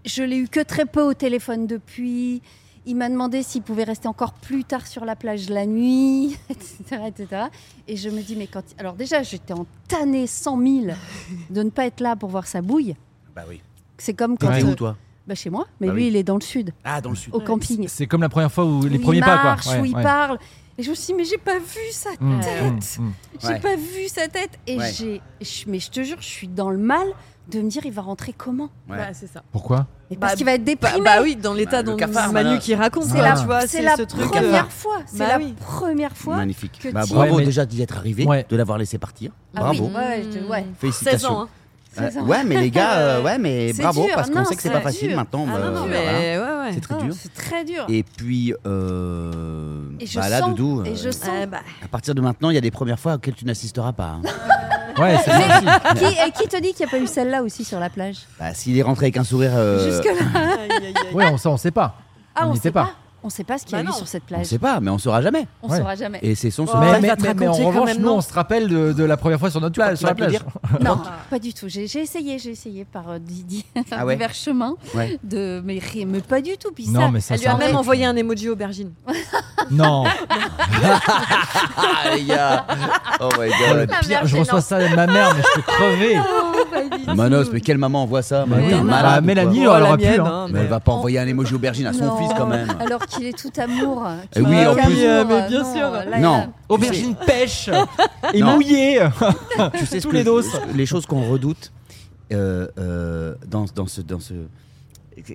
[SPEAKER 2] Je l'ai eu que très peu au téléphone depuis. Il m'a demandé s'il pouvait rester encore plus tard sur la plage la nuit, etc., etc. Et je me dis, mais quand... Alors déjà, j'étais en tannée 100 000 de ne pas être là pour voir sa bouille.
[SPEAKER 3] Bah oui.
[SPEAKER 2] C'est comme quand...
[SPEAKER 3] T'étais
[SPEAKER 1] Ouais.
[SPEAKER 2] euh,
[SPEAKER 3] où toi
[SPEAKER 2] bah, chez moi, mais
[SPEAKER 3] Bah
[SPEAKER 2] lui,
[SPEAKER 3] oui.
[SPEAKER 2] il est dans le sud,
[SPEAKER 3] Ah, dans le sud.
[SPEAKER 2] au camping.
[SPEAKER 1] C'est comme la première fois où les
[SPEAKER 2] Où
[SPEAKER 1] premiers
[SPEAKER 2] il
[SPEAKER 1] pas
[SPEAKER 2] marche,
[SPEAKER 1] quoi. Ouais,
[SPEAKER 2] où il
[SPEAKER 1] ouais.
[SPEAKER 2] parle. Et je me suis dit, mais j'ai pas vu sa tête.
[SPEAKER 1] Mm,
[SPEAKER 2] Ouais.
[SPEAKER 1] mm, mm.
[SPEAKER 2] J'ai
[SPEAKER 3] Ouais.
[SPEAKER 2] pas vu sa tête. Et
[SPEAKER 3] Ouais.
[SPEAKER 2] j'ai... je- Mais je te jure, je suis dans le mal de me dire, il va rentrer comment
[SPEAKER 3] Ouais.
[SPEAKER 4] Bah, c'est ça.
[SPEAKER 1] Pourquoi
[SPEAKER 2] Mais parce
[SPEAKER 4] Bah,
[SPEAKER 2] qu'il va être
[SPEAKER 4] Bah,
[SPEAKER 2] déprimé.
[SPEAKER 4] bah oui, dans l'état
[SPEAKER 3] Bah, le
[SPEAKER 4] dont
[SPEAKER 3] cafard,
[SPEAKER 4] Manu
[SPEAKER 3] voilà.
[SPEAKER 4] qui raconte,
[SPEAKER 1] C'est
[SPEAKER 4] c'est là,
[SPEAKER 1] la-
[SPEAKER 4] tu vois,
[SPEAKER 2] c'est la
[SPEAKER 4] ce truc. euh,
[SPEAKER 2] première fois. C'est
[SPEAKER 4] Bah
[SPEAKER 2] la
[SPEAKER 4] oui.
[SPEAKER 2] première fois.
[SPEAKER 3] Magnifique.
[SPEAKER 2] que
[SPEAKER 3] Bah,
[SPEAKER 2] tu-
[SPEAKER 3] bravo
[SPEAKER 1] Ouais, mais-
[SPEAKER 3] déjà d'y être arrivé,
[SPEAKER 1] Ouais.
[SPEAKER 3] de l'avoir laissé partir.
[SPEAKER 2] Ah
[SPEAKER 3] bravo.
[SPEAKER 2] oui, ouais, je te- ouais.
[SPEAKER 4] 16
[SPEAKER 3] Félicitations.
[SPEAKER 4] ans. hein.
[SPEAKER 3] Ouais.
[SPEAKER 2] C'est ça.
[SPEAKER 3] Ouais, mais les gars, euh, ouais, mais
[SPEAKER 2] C'est
[SPEAKER 3] bravo
[SPEAKER 2] dur,
[SPEAKER 3] parce qu'on
[SPEAKER 2] non,
[SPEAKER 3] sait que c'est
[SPEAKER 2] c'est
[SPEAKER 3] pas facile
[SPEAKER 2] dur.
[SPEAKER 3] maintenant.
[SPEAKER 4] Ah
[SPEAKER 3] bah,
[SPEAKER 4] non,
[SPEAKER 3] voilà.
[SPEAKER 4] non, mais ouais, ouais. ouais.
[SPEAKER 3] c'est très
[SPEAKER 2] Ah,
[SPEAKER 3] dur.
[SPEAKER 2] C'est très dur.
[SPEAKER 3] Et puis, euh,
[SPEAKER 2] Et je
[SPEAKER 3] bah, là,
[SPEAKER 2] sens,
[SPEAKER 3] Doudou,
[SPEAKER 2] et
[SPEAKER 3] euh,
[SPEAKER 2] je sens.
[SPEAKER 4] Euh, bah,
[SPEAKER 3] à partir de maintenant, il y a des premières fois auxquelles tu n'assisteras pas. hein.
[SPEAKER 1] Ouais, c'est bien aussi.
[SPEAKER 2] Qui, et qui te dit qu'il n'y a pas eu celle-là aussi sur la plage
[SPEAKER 3] Bah, S'il est rentré avec un sourire, euh,
[SPEAKER 2] Jusque-là.
[SPEAKER 4] aïe, aïe, aïe.
[SPEAKER 1] Ouais, on, ça, on sait pas.
[SPEAKER 2] Ah,
[SPEAKER 1] on
[SPEAKER 2] on
[SPEAKER 1] n'y
[SPEAKER 2] ne
[SPEAKER 1] était
[SPEAKER 2] sait
[SPEAKER 1] pas.
[SPEAKER 2] pas. On ne sait pas ce qu'il y
[SPEAKER 4] Bah
[SPEAKER 2] a eu
[SPEAKER 4] non.
[SPEAKER 2] sur
[SPEAKER 3] on
[SPEAKER 2] cette
[SPEAKER 3] ne
[SPEAKER 2] plage.
[SPEAKER 3] ne sait pas, mais on saura jamais.
[SPEAKER 2] On
[SPEAKER 1] Ouais.
[SPEAKER 2] ne saura jamais.
[SPEAKER 3] Et c'est son
[SPEAKER 4] Oh,
[SPEAKER 3] secret.
[SPEAKER 4] ça
[SPEAKER 1] mais,
[SPEAKER 4] va
[SPEAKER 1] mais-
[SPEAKER 4] te
[SPEAKER 1] mais- mais en
[SPEAKER 4] raconter quand
[SPEAKER 1] revanche,
[SPEAKER 4] même,
[SPEAKER 1] nous,
[SPEAKER 4] non
[SPEAKER 1] on se rappelle de, de la première fois sur notre
[SPEAKER 3] Bah,
[SPEAKER 1] sur la
[SPEAKER 3] je vais
[SPEAKER 1] plage.
[SPEAKER 3] te
[SPEAKER 2] Non, pas du tout. J'ai j'ai essayé, j'ai essayé par euh, di- di- par
[SPEAKER 3] Ah ouais
[SPEAKER 2] divers chemins,
[SPEAKER 3] Ouais.
[SPEAKER 2] de, mais, rien- mais pas du tout. Puis
[SPEAKER 1] Non,
[SPEAKER 2] ça,
[SPEAKER 1] mais ça,
[SPEAKER 4] Elle lui a
[SPEAKER 1] c'est un
[SPEAKER 4] même
[SPEAKER 1] truc.
[SPEAKER 4] envoyé un emoji aubergine.
[SPEAKER 1] Non, euh,
[SPEAKER 3] Ah, les gars Oh my
[SPEAKER 1] Oh, le
[SPEAKER 2] Ah,
[SPEAKER 3] god
[SPEAKER 4] La
[SPEAKER 1] pire,
[SPEAKER 4] mère
[SPEAKER 1] je reçois
[SPEAKER 4] gênante.
[SPEAKER 1] ça de ma mère, mais je peux crever.
[SPEAKER 3] Manos, mais quelle maman envoie ça
[SPEAKER 1] Mais
[SPEAKER 3] Manos,
[SPEAKER 1] oui,
[SPEAKER 3] t'es
[SPEAKER 1] bah,
[SPEAKER 3] malade ou quoi
[SPEAKER 1] Mélanie,
[SPEAKER 4] Oh,
[SPEAKER 1] elle
[SPEAKER 4] la
[SPEAKER 1] aurait pu.
[SPEAKER 4] mienne,
[SPEAKER 1] hein.
[SPEAKER 4] hein,
[SPEAKER 3] Mais elle va pas envoyer un émoji aubergine à son
[SPEAKER 2] Non,
[SPEAKER 3] fils quand même
[SPEAKER 2] Alors qu'il est tout amour.
[SPEAKER 3] Eh oui, en
[SPEAKER 2] qu'il est
[SPEAKER 3] plus.
[SPEAKER 2] amour,
[SPEAKER 4] Euh, Mais bien
[SPEAKER 2] non,
[SPEAKER 4] sûr.
[SPEAKER 2] là, il a-
[SPEAKER 3] Non
[SPEAKER 1] Aubergine pêche et
[SPEAKER 3] Non.
[SPEAKER 1] mouillée.
[SPEAKER 3] tu sais ce
[SPEAKER 1] Tous
[SPEAKER 3] que-
[SPEAKER 1] les doses.
[SPEAKER 3] Les choses qu'on redoute euh, euh, dans, dans ce. Dans ce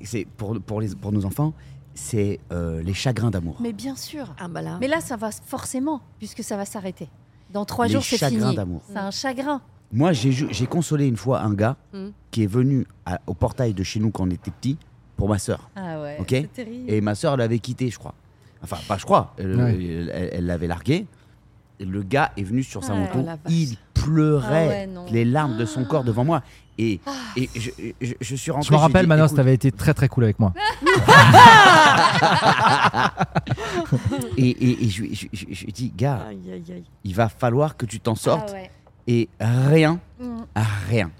[SPEAKER 3] c'est pour, pour, les, pour nos enfants, c'est euh, les chagrins d'amour.
[SPEAKER 2] Mais bien sûr.
[SPEAKER 4] Ah bah
[SPEAKER 1] Hein.
[SPEAKER 4] là.
[SPEAKER 2] Mais là, ça va forcément, puisque ça va s'arrêter. Dans trois
[SPEAKER 3] Les
[SPEAKER 2] jours, c'est
[SPEAKER 3] chagrins
[SPEAKER 2] fini.
[SPEAKER 3] d'amour.
[SPEAKER 2] C'est un chagrin.
[SPEAKER 3] Moi, j'ai ju- j'ai consolé une fois un gars
[SPEAKER 4] Mm.
[SPEAKER 3] qui est venu à- au portail de chez nous quand on était petit pour ma sœur.
[SPEAKER 2] Ah ouais,
[SPEAKER 3] Ok.
[SPEAKER 2] c'est terrible.
[SPEAKER 3] Et ma sœur l'avait quitté, je crois. Enfin, pas je crois. Elle
[SPEAKER 1] Ouais.
[SPEAKER 3] elle- elle- elle l'avait largué. Et le gars est venu sur sa
[SPEAKER 2] Ah,
[SPEAKER 3] moto.
[SPEAKER 4] la vache.
[SPEAKER 3] Il
[SPEAKER 2] Ah
[SPEAKER 3] pleurait
[SPEAKER 2] ouais, non.
[SPEAKER 3] les larmes de son corps devant moi. Et, et je, je- je suis rentré.
[SPEAKER 1] Je me rappelle,
[SPEAKER 3] maintenant
[SPEAKER 1] Manos, t'avais été très très cool avec moi.
[SPEAKER 3] Et, et- et je, je- je- je lui ai dit, gars,
[SPEAKER 4] Aïe, aïe, aïe.
[SPEAKER 3] il va falloir que tu t'en sortes.
[SPEAKER 2] Ah ouais.
[SPEAKER 3] Et rien,
[SPEAKER 2] Mm.
[SPEAKER 3] à rien.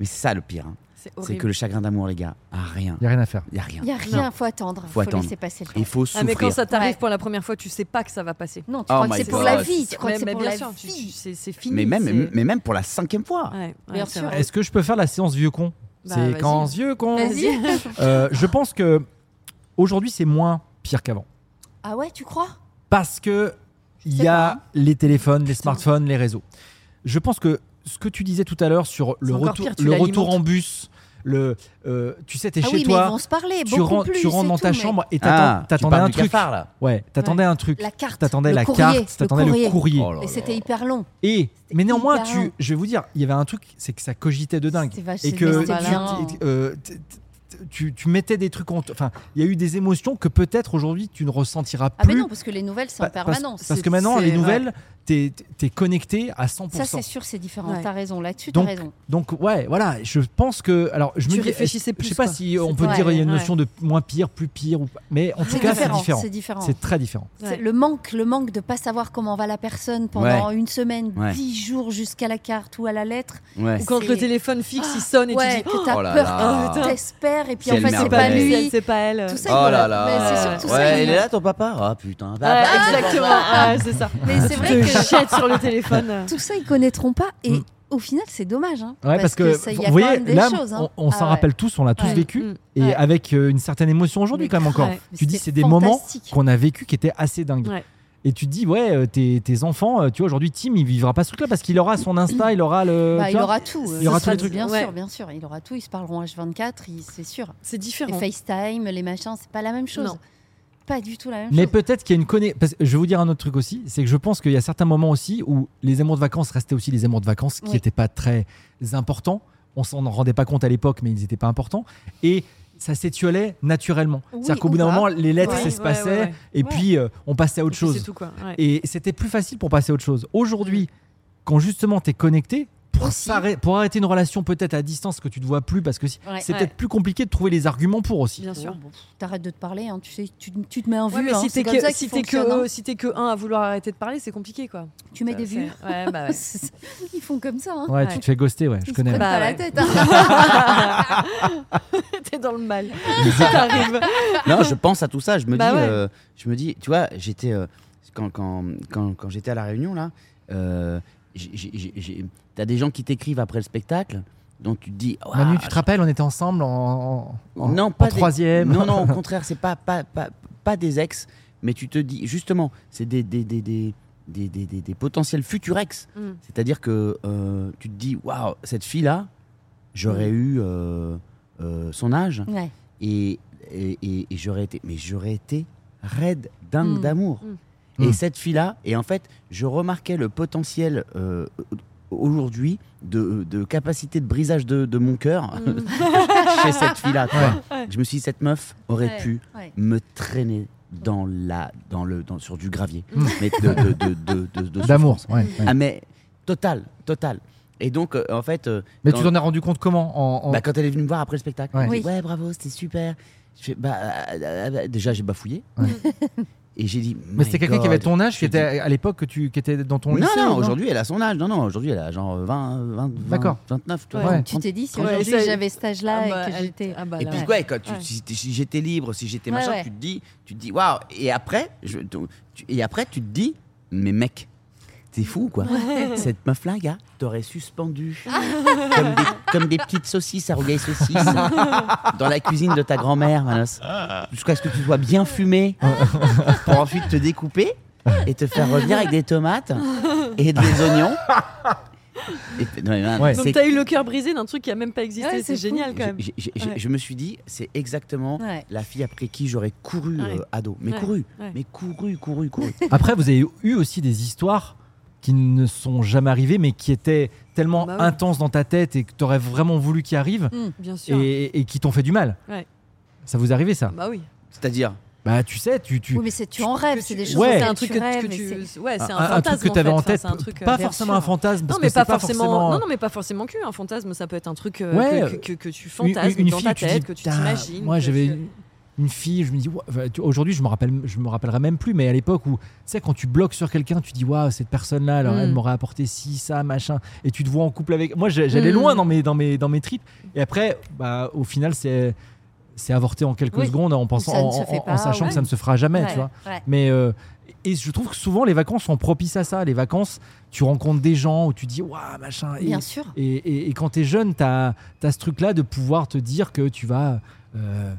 [SPEAKER 3] Mais c'est ça le pire. hein.
[SPEAKER 4] C'est
[SPEAKER 3] C'est
[SPEAKER 4] horrible.
[SPEAKER 3] que le chagrin d'amour, les gars, à rien.
[SPEAKER 1] Il a rien à faire.
[SPEAKER 3] Il n'y a rien.
[SPEAKER 2] Il n'y a rien, faut attendre.
[SPEAKER 3] Faut
[SPEAKER 2] faut
[SPEAKER 3] attendre.
[SPEAKER 2] laisser passer le temps.
[SPEAKER 3] Il faut
[SPEAKER 4] Ah, mais quand
[SPEAKER 3] souffrir.
[SPEAKER 4] ça t'arrive
[SPEAKER 2] Ouais.
[SPEAKER 4] pour la première fois, tu sais pas que ça va passer.
[SPEAKER 2] Non, tu
[SPEAKER 3] Oh
[SPEAKER 2] crois que
[SPEAKER 3] my
[SPEAKER 2] c'est pour
[SPEAKER 3] God.
[SPEAKER 2] la vie. Tu crois
[SPEAKER 4] Mais-
[SPEAKER 2] que c'est
[SPEAKER 4] mais
[SPEAKER 2] pour
[SPEAKER 4] bien
[SPEAKER 2] la
[SPEAKER 4] sûr, tu- tu-
[SPEAKER 2] vie.
[SPEAKER 4] c'est c'est fini.
[SPEAKER 3] mais, même,
[SPEAKER 4] c'est-
[SPEAKER 3] mais même pour la cinquième fois.
[SPEAKER 4] Ouais, ouais,
[SPEAKER 2] Bien
[SPEAKER 4] c'est
[SPEAKER 2] sûr.
[SPEAKER 4] vrai.
[SPEAKER 1] Est-ce que je peux faire la séance vieux con
[SPEAKER 4] Bah,
[SPEAKER 1] C'est
[SPEAKER 4] vas-y.
[SPEAKER 1] quand vieux con
[SPEAKER 2] Vas-y.
[SPEAKER 1] Euh, Je pense que aujourd'hui, c'est moins pire qu'avant.
[SPEAKER 2] Ah ouais, tu crois
[SPEAKER 1] parce que il
[SPEAKER 2] sais
[SPEAKER 1] y a
[SPEAKER 2] pas.
[SPEAKER 1] les téléphones, les smartphones, les réseaux. Je pense que ce que tu disais tout à l'heure sur le
[SPEAKER 4] C'est encore
[SPEAKER 1] retour,
[SPEAKER 4] pire, tu
[SPEAKER 1] le retour
[SPEAKER 4] l'alimentes.
[SPEAKER 1] en bus, le, euh, tu sais, t'es
[SPEAKER 2] Ah
[SPEAKER 1] chez
[SPEAKER 2] oui, mais ils
[SPEAKER 1] toi,
[SPEAKER 2] vont se parler.
[SPEAKER 1] tu,
[SPEAKER 2] beaucoup
[SPEAKER 1] ren-
[SPEAKER 2] plus,
[SPEAKER 1] tu rentres
[SPEAKER 2] c'est
[SPEAKER 1] dans
[SPEAKER 2] tout,
[SPEAKER 1] ta
[SPEAKER 2] mais
[SPEAKER 1] chambre et t'attends-
[SPEAKER 3] Ah, tu
[SPEAKER 1] t'attendais
[SPEAKER 3] parles
[SPEAKER 1] un
[SPEAKER 3] du
[SPEAKER 1] truc.
[SPEAKER 3] cafard, là.
[SPEAKER 1] Ouais, t'attendais un truc.
[SPEAKER 2] La carte.
[SPEAKER 1] T'attendais
[SPEAKER 2] le
[SPEAKER 1] la
[SPEAKER 2] courrier,
[SPEAKER 1] carte, t'attendais le courrier.
[SPEAKER 3] Oh là
[SPEAKER 2] Et
[SPEAKER 3] là.
[SPEAKER 2] c'était hyper long.
[SPEAKER 1] Et mais néanmoins,
[SPEAKER 2] hyper
[SPEAKER 1] tu,
[SPEAKER 2] long.
[SPEAKER 1] je vais vous dire, il y avait un truc, c'est que ça cogitait de dingue
[SPEAKER 2] C'était vache-
[SPEAKER 1] et
[SPEAKER 2] c'était
[SPEAKER 1] que
[SPEAKER 2] malin.
[SPEAKER 1] tu, euh, t- t- tu, tu mettais des trucs en, enfin, il y a eu des émotions que peut-être aujourd'hui tu ne ressentiras
[SPEAKER 2] Ah mais
[SPEAKER 1] plus
[SPEAKER 2] non, parce que les nouvelles, c'est
[SPEAKER 1] Pa-
[SPEAKER 2] en
[SPEAKER 1] Bah, parce-
[SPEAKER 2] permanence.
[SPEAKER 1] Parce,
[SPEAKER 4] C'est-
[SPEAKER 1] que maintenant,
[SPEAKER 4] c'est-
[SPEAKER 1] les
[SPEAKER 4] ouais.
[SPEAKER 1] nouvelles, t'es es connecté à 100%.
[SPEAKER 2] Ça, c'est sûr, c'est différent.
[SPEAKER 4] Ouais.
[SPEAKER 2] T'as raison. Là-dessus, t'as
[SPEAKER 1] Donc,
[SPEAKER 2] raison.
[SPEAKER 1] Donc, ouais, voilà, je pense que. Alors, je me
[SPEAKER 4] Tu
[SPEAKER 1] dis-
[SPEAKER 4] réfléchissais
[SPEAKER 1] Je
[SPEAKER 4] plus,
[SPEAKER 1] sais pas
[SPEAKER 4] quoi.
[SPEAKER 1] si on
[SPEAKER 4] C'est-
[SPEAKER 1] peut
[SPEAKER 2] ouais,
[SPEAKER 1] dire il y a une
[SPEAKER 4] ouais.
[SPEAKER 1] notion de moins pire, plus pire, ou... pas. mais en tout
[SPEAKER 2] C'est
[SPEAKER 1] cas, c'est
[SPEAKER 2] différent.
[SPEAKER 1] différent.
[SPEAKER 2] C'est différent.
[SPEAKER 1] C'est très différent.
[SPEAKER 2] C'est
[SPEAKER 4] Ouais.
[SPEAKER 2] Le manque, le manque de pas savoir comment va la personne pendant une semaine,
[SPEAKER 3] Ouais.
[SPEAKER 2] dix jours jusqu'à la carte ou à la lettre.
[SPEAKER 3] Ouais.
[SPEAKER 4] Ou quand
[SPEAKER 2] C'est-
[SPEAKER 4] le téléphone fixe, il sonne et
[SPEAKER 2] ouais,
[SPEAKER 4] tu dis.
[SPEAKER 2] que t'as
[SPEAKER 3] Oh là
[SPEAKER 2] peur,
[SPEAKER 3] là.
[SPEAKER 2] que t'espères, et puis en
[SPEAKER 3] Quelle
[SPEAKER 2] fait c'est pas
[SPEAKER 3] merveille.
[SPEAKER 4] C'est
[SPEAKER 2] lui.
[SPEAKER 4] elle, c'est pas elle.
[SPEAKER 2] Tout ça,
[SPEAKER 3] Oh
[SPEAKER 2] il
[SPEAKER 3] là
[SPEAKER 2] va-
[SPEAKER 3] là.
[SPEAKER 2] Mais c'est surtout
[SPEAKER 3] Ouais,
[SPEAKER 2] ça. il
[SPEAKER 3] il
[SPEAKER 2] va-
[SPEAKER 3] est là ton papa Ah putain. Bah,
[SPEAKER 4] Ouais,
[SPEAKER 3] bah, bah,
[SPEAKER 4] exactement. Ouais, c'est ça.
[SPEAKER 2] Mais c'est vrai
[SPEAKER 4] Je
[SPEAKER 2] que
[SPEAKER 4] jette sur le téléphone.
[SPEAKER 2] tout ça ils connaîtront pas, et
[SPEAKER 1] Mm.
[SPEAKER 2] au final c'est dommage. hein,
[SPEAKER 1] Ouais, parce, que,
[SPEAKER 2] ça- il y a
[SPEAKER 1] vous
[SPEAKER 2] quand
[SPEAKER 1] voyez,
[SPEAKER 2] même des
[SPEAKER 1] là,
[SPEAKER 2] choses. hein.
[SPEAKER 1] on, on s'en
[SPEAKER 2] Ah ouais.
[SPEAKER 1] rappelle tous, on l'a tous
[SPEAKER 2] Ouais.
[SPEAKER 1] vécu,
[SPEAKER 4] Mm.
[SPEAKER 1] et
[SPEAKER 2] Ouais.
[SPEAKER 1] avec euh, une certaine émotion aujourd'hui,
[SPEAKER 2] Mais
[SPEAKER 1] quand même, encore.
[SPEAKER 4] grave,
[SPEAKER 2] mais
[SPEAKER 1] Tu dis,
[SPEAKER 2] c'était
[SPEAKER 1] c'est des moments
[SPEAKER 2] fantastique.
[SPEAKER 1] qu'on a vécu qui étaient assez dingues.
[SPEAKER 4] Ouais.
[SPEAKER 1] Et tu te dis, ouais, euh, tes, tes enfants, euh, tu vois, aujourd'hui, Tim, il vivra pas ce truc-là parce qu'il aura son Insta, il aura le.
[SPEAKER 2] Bah, il
[SPEAKER 1] tu vois.
[SPEAKER 2] aura tout.
[SPEAKER 4] il
[SPEAKER 2] euh,
[SPEAKER 1] y
[SPEAKER 2] ce
[SPEAKER 1] aura tous
[SPEAKER 2] sera-
[SPEAKER 1] les trucs.
[SPEAKER 2] Bien
[SPEAKER 4] Ouais.
[SPEAKER 2] sûr, bien sûr, il aura tout. Ils se parleront H24, il- c'est sûr.
[SPEAKER 4] C'est
[SPEAKER 2] Et
[SPEAKER 4] différent.
[SPEAKER 2] FaceTime, les machins, c'est pas la même chose.
[SPEAKER 4] Non.
[SPEAKER 2] Pas du tout la même
[SPEAKER 1] Mais
[SPEAKER 2] chose.
[SPEAKER 1] peut-être qu'il y a une connaissance. Parce que je vais vous dire un autre truc aussi, c'est que je pense qu'il y a certains moments aussi où les amours de vacances restaient aussi les amours de vacances qui
[SPEAKER 2] Oui.
[SPEAKER 1] n'étaient pas très importants. On s'en rendait pas compte à l'époque, mais ils n'étaient pas importants. Et ça s'étiolait naturellement.
[SPEAKER 2] Oui,
[SPEAKER 1] C'est-à-dire qu'au bout d'un
[SPEAKER 2] ou pas.
[SPEAKER 1] moment, les lettres,
[SPEAKER 4] Ouais.
[SPEAKER 1] ça se
[SPEAKER 4] Ouais,
[SPEAKER 1] passait,
[SPEAKER 4] ouais, ouais.
[SPEAKER 1] et
[SPEAKER 2] Ouais.
[SPEAKER 1] puis euh, on passait à
[SPEAKER 4] Et
[SPEAKER 1] autre
[SPEAKER 4] puis
[SPEAKER 1] chose.
[SPEAKER 4] C'est tout quoi. Ouais.
[SPEAKER 1] Et c'était plus facile pour passer à autre chose. Aujourd'hui, quand justement tu es connecté, pour,
[SPEAKER 2] Aussi.
[SPEAKER 1] s'arrêter- pour arrêter une relation peut-être à distance que tu ne te vois plus, parce que si-
[SPEAKER 2] Ouais.
[SPEAKER 1] c'est
[SPEAKER 4] Ouais.
[SPEAKER 1] peut-être plus compliqué de trouver les arguments pour aussi.
[SPEAKER 4] Bien sûr.
[SPEAKER 2] Oh, bon, pff, T'arrêtes de te parler, hein, tu, sais, tu, tu te mets en vue.
[SPEAKER 4] Ouais, mais
[SPEAKER 2] hein,
[SPEAKER 4] si
[SPEAKER 2] c'est
[SPEAKER 4] t'es
[SPEAKER 2] comme
[SPEAKER 4] que,
[SPEAKER 2] ça
[SPEAKER 4] si
[SPEAKER 2] qu'il
[SPEAKER 4] t'es que,
[SPEAKER 2] fonctionne, hein.
[SPEAKER 4] si t'es que un à vouloir arrêter de parler, c'est compliqué quoi.
[SPEAKER 2] tu mets des
[SPEAKER 4] Ça, c'est-
[SPEAKER 2] vues.
[SPEAKER 4] Ouais, bah ouais.
[SPEAKER 2] Ils font comme ça. hein.
[SPEAKER 1] Ouais, tu
[SPEAKER 4] Ouais.
[SPEAKER 1] te fais ghoster, ouais, je
[SPEAKER 2] Ils se
[SPEAKER 1] connais.
[SPEAKER 2] prennent
[SPEAKER 4] Bah
[SPEAKER 2] pas la
[SPEAKER 4] ouais.
[SPEAKER 2] tête. hein.
[SPEAKER 4] T'es dans le mal. T'arrives.
[SPEAKER 3] non, je pense à tout ça. Je me
[SPEAKER 4] Bah
[SPEAKER 3] dis,
[SPEAKER 4] ouais.
[SPEAKER 3] euh, je me dis, tu vois, j'étais euh, quand, quand, quand, quand j'étais à la Réunion là, euh, j'ai- j'ai- j'ai- j'ai- t'as des gens qui t'écrivent après le spectacle, donc tu te dis, Ouah,
[SPEAKER 1] Manu, tu te rappelles, on était ensemble en, en- en-
[SPEAKER 3] non
[SPEAKER 1] en
[SPEAKER 3] pas des-
[SPEAKER 1] troisième.
[SPEAKER 3] Non, non, au contraire, c'est pas pas, pas pas des ex, mais tu te dis justement, c'est des des, des, des, des, des, des- des potentiels futurs ex.
[SPEAKER 4] Mm.
[SPEAKER 3] C'est-à-dire que euh, tu te dis, waouh, cette fille là,
[SPEAKER 4] Mm.
[SPEAKER 3] j'aurais eu euh, euh, son âge
[SPEAKER 2] Ouais.
[SPEAKER 3] et, et, et- et j'aurais été mais j'aurais été raide dingue
[SPEAKER 2] Mm.
[SPEAKER 3] d'amour
[SPEAKER 4] Mm.
[SPEAKER 3] et
[SPEAKER 1] Mm.
[SPEAKER 3] cette fille là et en fait je remarquais le potentiel euh, aujourd'hui de, de capacité de brisage de, de mon cœur chez cette fille-là. tu vois. Je me suis dit, cette meuf aurait
[SPEAKER 2] Ouais,
[SPEAKER 3] pu
[SPEAKER 2] ouais.
[SPEAKER 3] me traîner dans la, dans le, dans, sur du gravier,
[SPEAKER 1] Mm.
[SPEAKER 3] mais de, de, de, de- de- de
[SPEAKER 1] D'amour,
[SPEAKER 3] souffrance.
[SPEAKER 1] ouais. ouais.
[SPEAKER 3] Ah mais total, total. Et donc euh, en fait, euh,
[SPEAKER 1] Mais
[SPEAKER 3] dans-
[SPEAKER 1] tu t'en es rendu compte comment en, en-
[SPEAKER 3] bah, quand elle est venue me voir après le spectacle,
[SPEAKER 1] Oh. Ouais.
[SPEAKER 3] elle me dit,
[SPEAKER 2] Oui.
[SPEAKER 3] ouais bravo, c'était super. Je fais, bah, euh, euh, euh, déjà j'ai bafouillé.
[SPEAKER 1] Ouais.
[SPEAKER 3] Et j'ai dit.
[SPEAKER 1] Mais c'était quelqu'un qui avait ton âge, qui
[SPEAKER 3] Je
[SPEAKER 1] était à à l'époque que tu, qui était dans ton
[SPEAKER 3] Non,
[SPEAKER 1] lycée ou
[SPEAKER 3] non, aujourd'hui elle a son âge. Non, non, aujourd'hui elle a genre 20, 20, 20
[SPEAKER 1] D'accord.
[SPEAKER 3] 29. tu
[SPEAKER 4] Ouais.
[SPEAKER 3] vois,
[SPEAKER 1] Ouais.
[SPEAKER 2] Tu
[SPEAKER 3] 30.
[SPEAKER 2] t'es dit, si
[SPEAKER 4] Ouais,
[SPEAKER 2] aujourd'hui
[SPEAKER 4] ça-
[SPEAKER 2] j'avais cet âge-là
[SPEAKER 4] Ah bah,
[SPEAKER 2] et que
[SPEAKER 4] elle-
[SPEAKER 2] j'étais.
[SPEAKER 4] ah bah
[SPEAKER 3] Et
[SPEAKER 4] là,
[SPEAKER 3] puis,
[SPEAKER 4] ouais.
[SPEAKER 3] ouais, quand tu-
[SPEAKER 4] Ouais.
[SPEAKER 3] si, si j'étais libre, si j'étais
[SPEAKER 2] Ouais,
[SPEAKER 3] machin,
[SPEAKER 2] ouais.
[SPEAKER 3] tu te dis, tu te dis, waouh. Et après, je, tu- tu- et après, tu te dis, mais mec, t'es fou quoi. Cette meuf là, gars, t'aurais suspendu comme, des, comme des petites saucisses à rougail saucisse dans la cuisine de ta grand-mère, Manos. jusqu'à ce que tu sois bien fumé pour ensuite te découper et te faire revenir avec des tomates et des oignons. Et- non, mais, man,
[SPEAKER 1] Ouais.
[SPEAKER 4] Donc
[SPEAKER 3] c'est-
[SPEAKER 4] t'as eu le cœur brisé d'un truc qui a même pas existé,
[SPEAKER 2] Ouais,
[SPEAKER 4] c'est
[SPEAKER 2] c'est fou.
[SPEAKER 4] génial quand même.
[SPEAKER 3] je, je- je-
[SPEAKER 4] Ouais.
[SPEAKER 3] je me suis dit, c'est exactement
[SPEAKER 2] Ouais.
[SPEAKER 3] la fille après qui j'aurais couru
[SPEAKER 4] Ouais.
[SPEAKER 3] euh, ado. Mais
[SPEAKER 4] Ouais.
[SPEAKER 3] couru,
[SPEAKER 4] Ouais.
[SPEAKER 3] mais couru, couru, couru.
[SPEAKER 1] Après, vous avez eu aussi des histoires qui ne sont jamais arrivées, mais qui étaient tellement
[SPEAKER 4] Bah oui.
[SPEAKER 1] intenses dans ta tête et que t'aurais vraiment voulu qu'ils arrivent
[SPEAKER 4] Bien sûr.
[SPEAKER 1] et, et qui t'ont fait du mal.
[SPEAKER 4] Ouais.
[SPEAKER 1] Ça vous est arrivé ça
[SPEAKER 4] Bah oui.
[SPEAKER 3] C'est-à-dire,
[SPEAKER 1] Bah, tu sais, tu. tu...
[SPEAKER 2] Oui, mais c'est tu en rêves, c'est des choses
[SPEAKER 1] Ouais.
[SPEAKER 2] que
[SPEAKER 4] C'est
[SPEAKER 2] tu
[SPEAKER 4] un truc que,
[SPEAKER 2] rêves
[SPEAKER 4] que
[SPEAKER 2] et
[SPEAKER 4] tu.
[SPEAKER 2] c'est-
[SPEAKER 4] Ouais, c'est un,
[SPEAKER 1] un, un
[SPEAKER 4] fantasme
[SPEAKER 1] truc que
[SPEAKER 4] en
[SPEAKER 1] tu avais
[SPEAKER 4] fait.
[SPEAKER 1] en
[SPEAKER 4] Enfin,
[SPEAKER 1] tête,
[SPEAKER 4] c'est un truc, euh,
[SPEAKER 1] pas
[SPEAKER 4] bien
[SPEAKER 1] forcément
[SPEAKER 4] sûr.
[SPEAKER 1] un fantasme, parce
[SPEAKER 4] non mais
[SPEAKER 1] que c'est
[SPEAKER 4] pas,
[SPEAKER 1] pas
[SPEAKER 4] forcément...
[SPEAKER 1] forcément.
[SPEAKER 4] non non mais pas forcément cul un fantasme ça peut être un truc euh,
[SPEAKER 1] Ouais,
[SPEAKER 4] que, que- que- que tu
[SPEAKER 1] Une-
[SPEAKER 4] fantasmes
[SPEAKER 1] une
[SPEAKER 4] dans
[SPEAKER 1] fille,
[SPEAKER 4] ta
[SPEAKER 1] dis,
[SPEAKER 4] tête que tu
[SPEAKER 1] Putain,
[SPEAKER 4] t'imagines
[SPEAKER 1] Moi,
[SPEAKER 4] que
[SPEAKER 1] j'avais
[SPEAKER 4] tu-
[SPEAKER 1] une- une fille, je me dis, ouais, enfin, tu- aujourd'hui, je me rappelle, je me rappellerai même plus, mais à l'époque où, tu sais, quand tu bloques sur quelqu'un, tu dis, waouh, cette personne-là, alors elle
[SPEAKER 4] Mm.
[SPEAKER 1] m'aurait apporté ci, ça, machin, et tu te vois en couple avec. Moi, j'ai- j'allais loin
[SPEAKER 4] Mm.
[SPEAKER 1] dans mes, dans mes, dans mes tripes, et après, bah, au final, c'est, c'est avorté en quelques
[SPEAKER 2] Oui.
[SPEAKER 1] secondes en pensant,
[SPEAKER 2] Ça ne
[SPEAKER 1] en,
[SPEAKER 2] se fait
[SPEAKER 1] en- en
[SPEAKER 2] pas,
[SPEAKER 1] sachant
[SPEAKER 2] ouais.
[SPEAKER 1] que ça ne se fera jamais,
[SPEAKER 2] Ouais,
[SPEAKER 1] tu vois.
[SPEAKER 2] ouais.
[SPEAKER 1] Mais euh, et je trouve que souvent les vacances sont propices à ça. Les vacances, tu rencontres des gens où tu dis waouh machin. Et,
[SPEAKER 2] Bien sûr.
[SPEAKER 1] et, et- et quand t'es jeune, t'as as ce truc-là de pouvoir te dire que tu vas euh,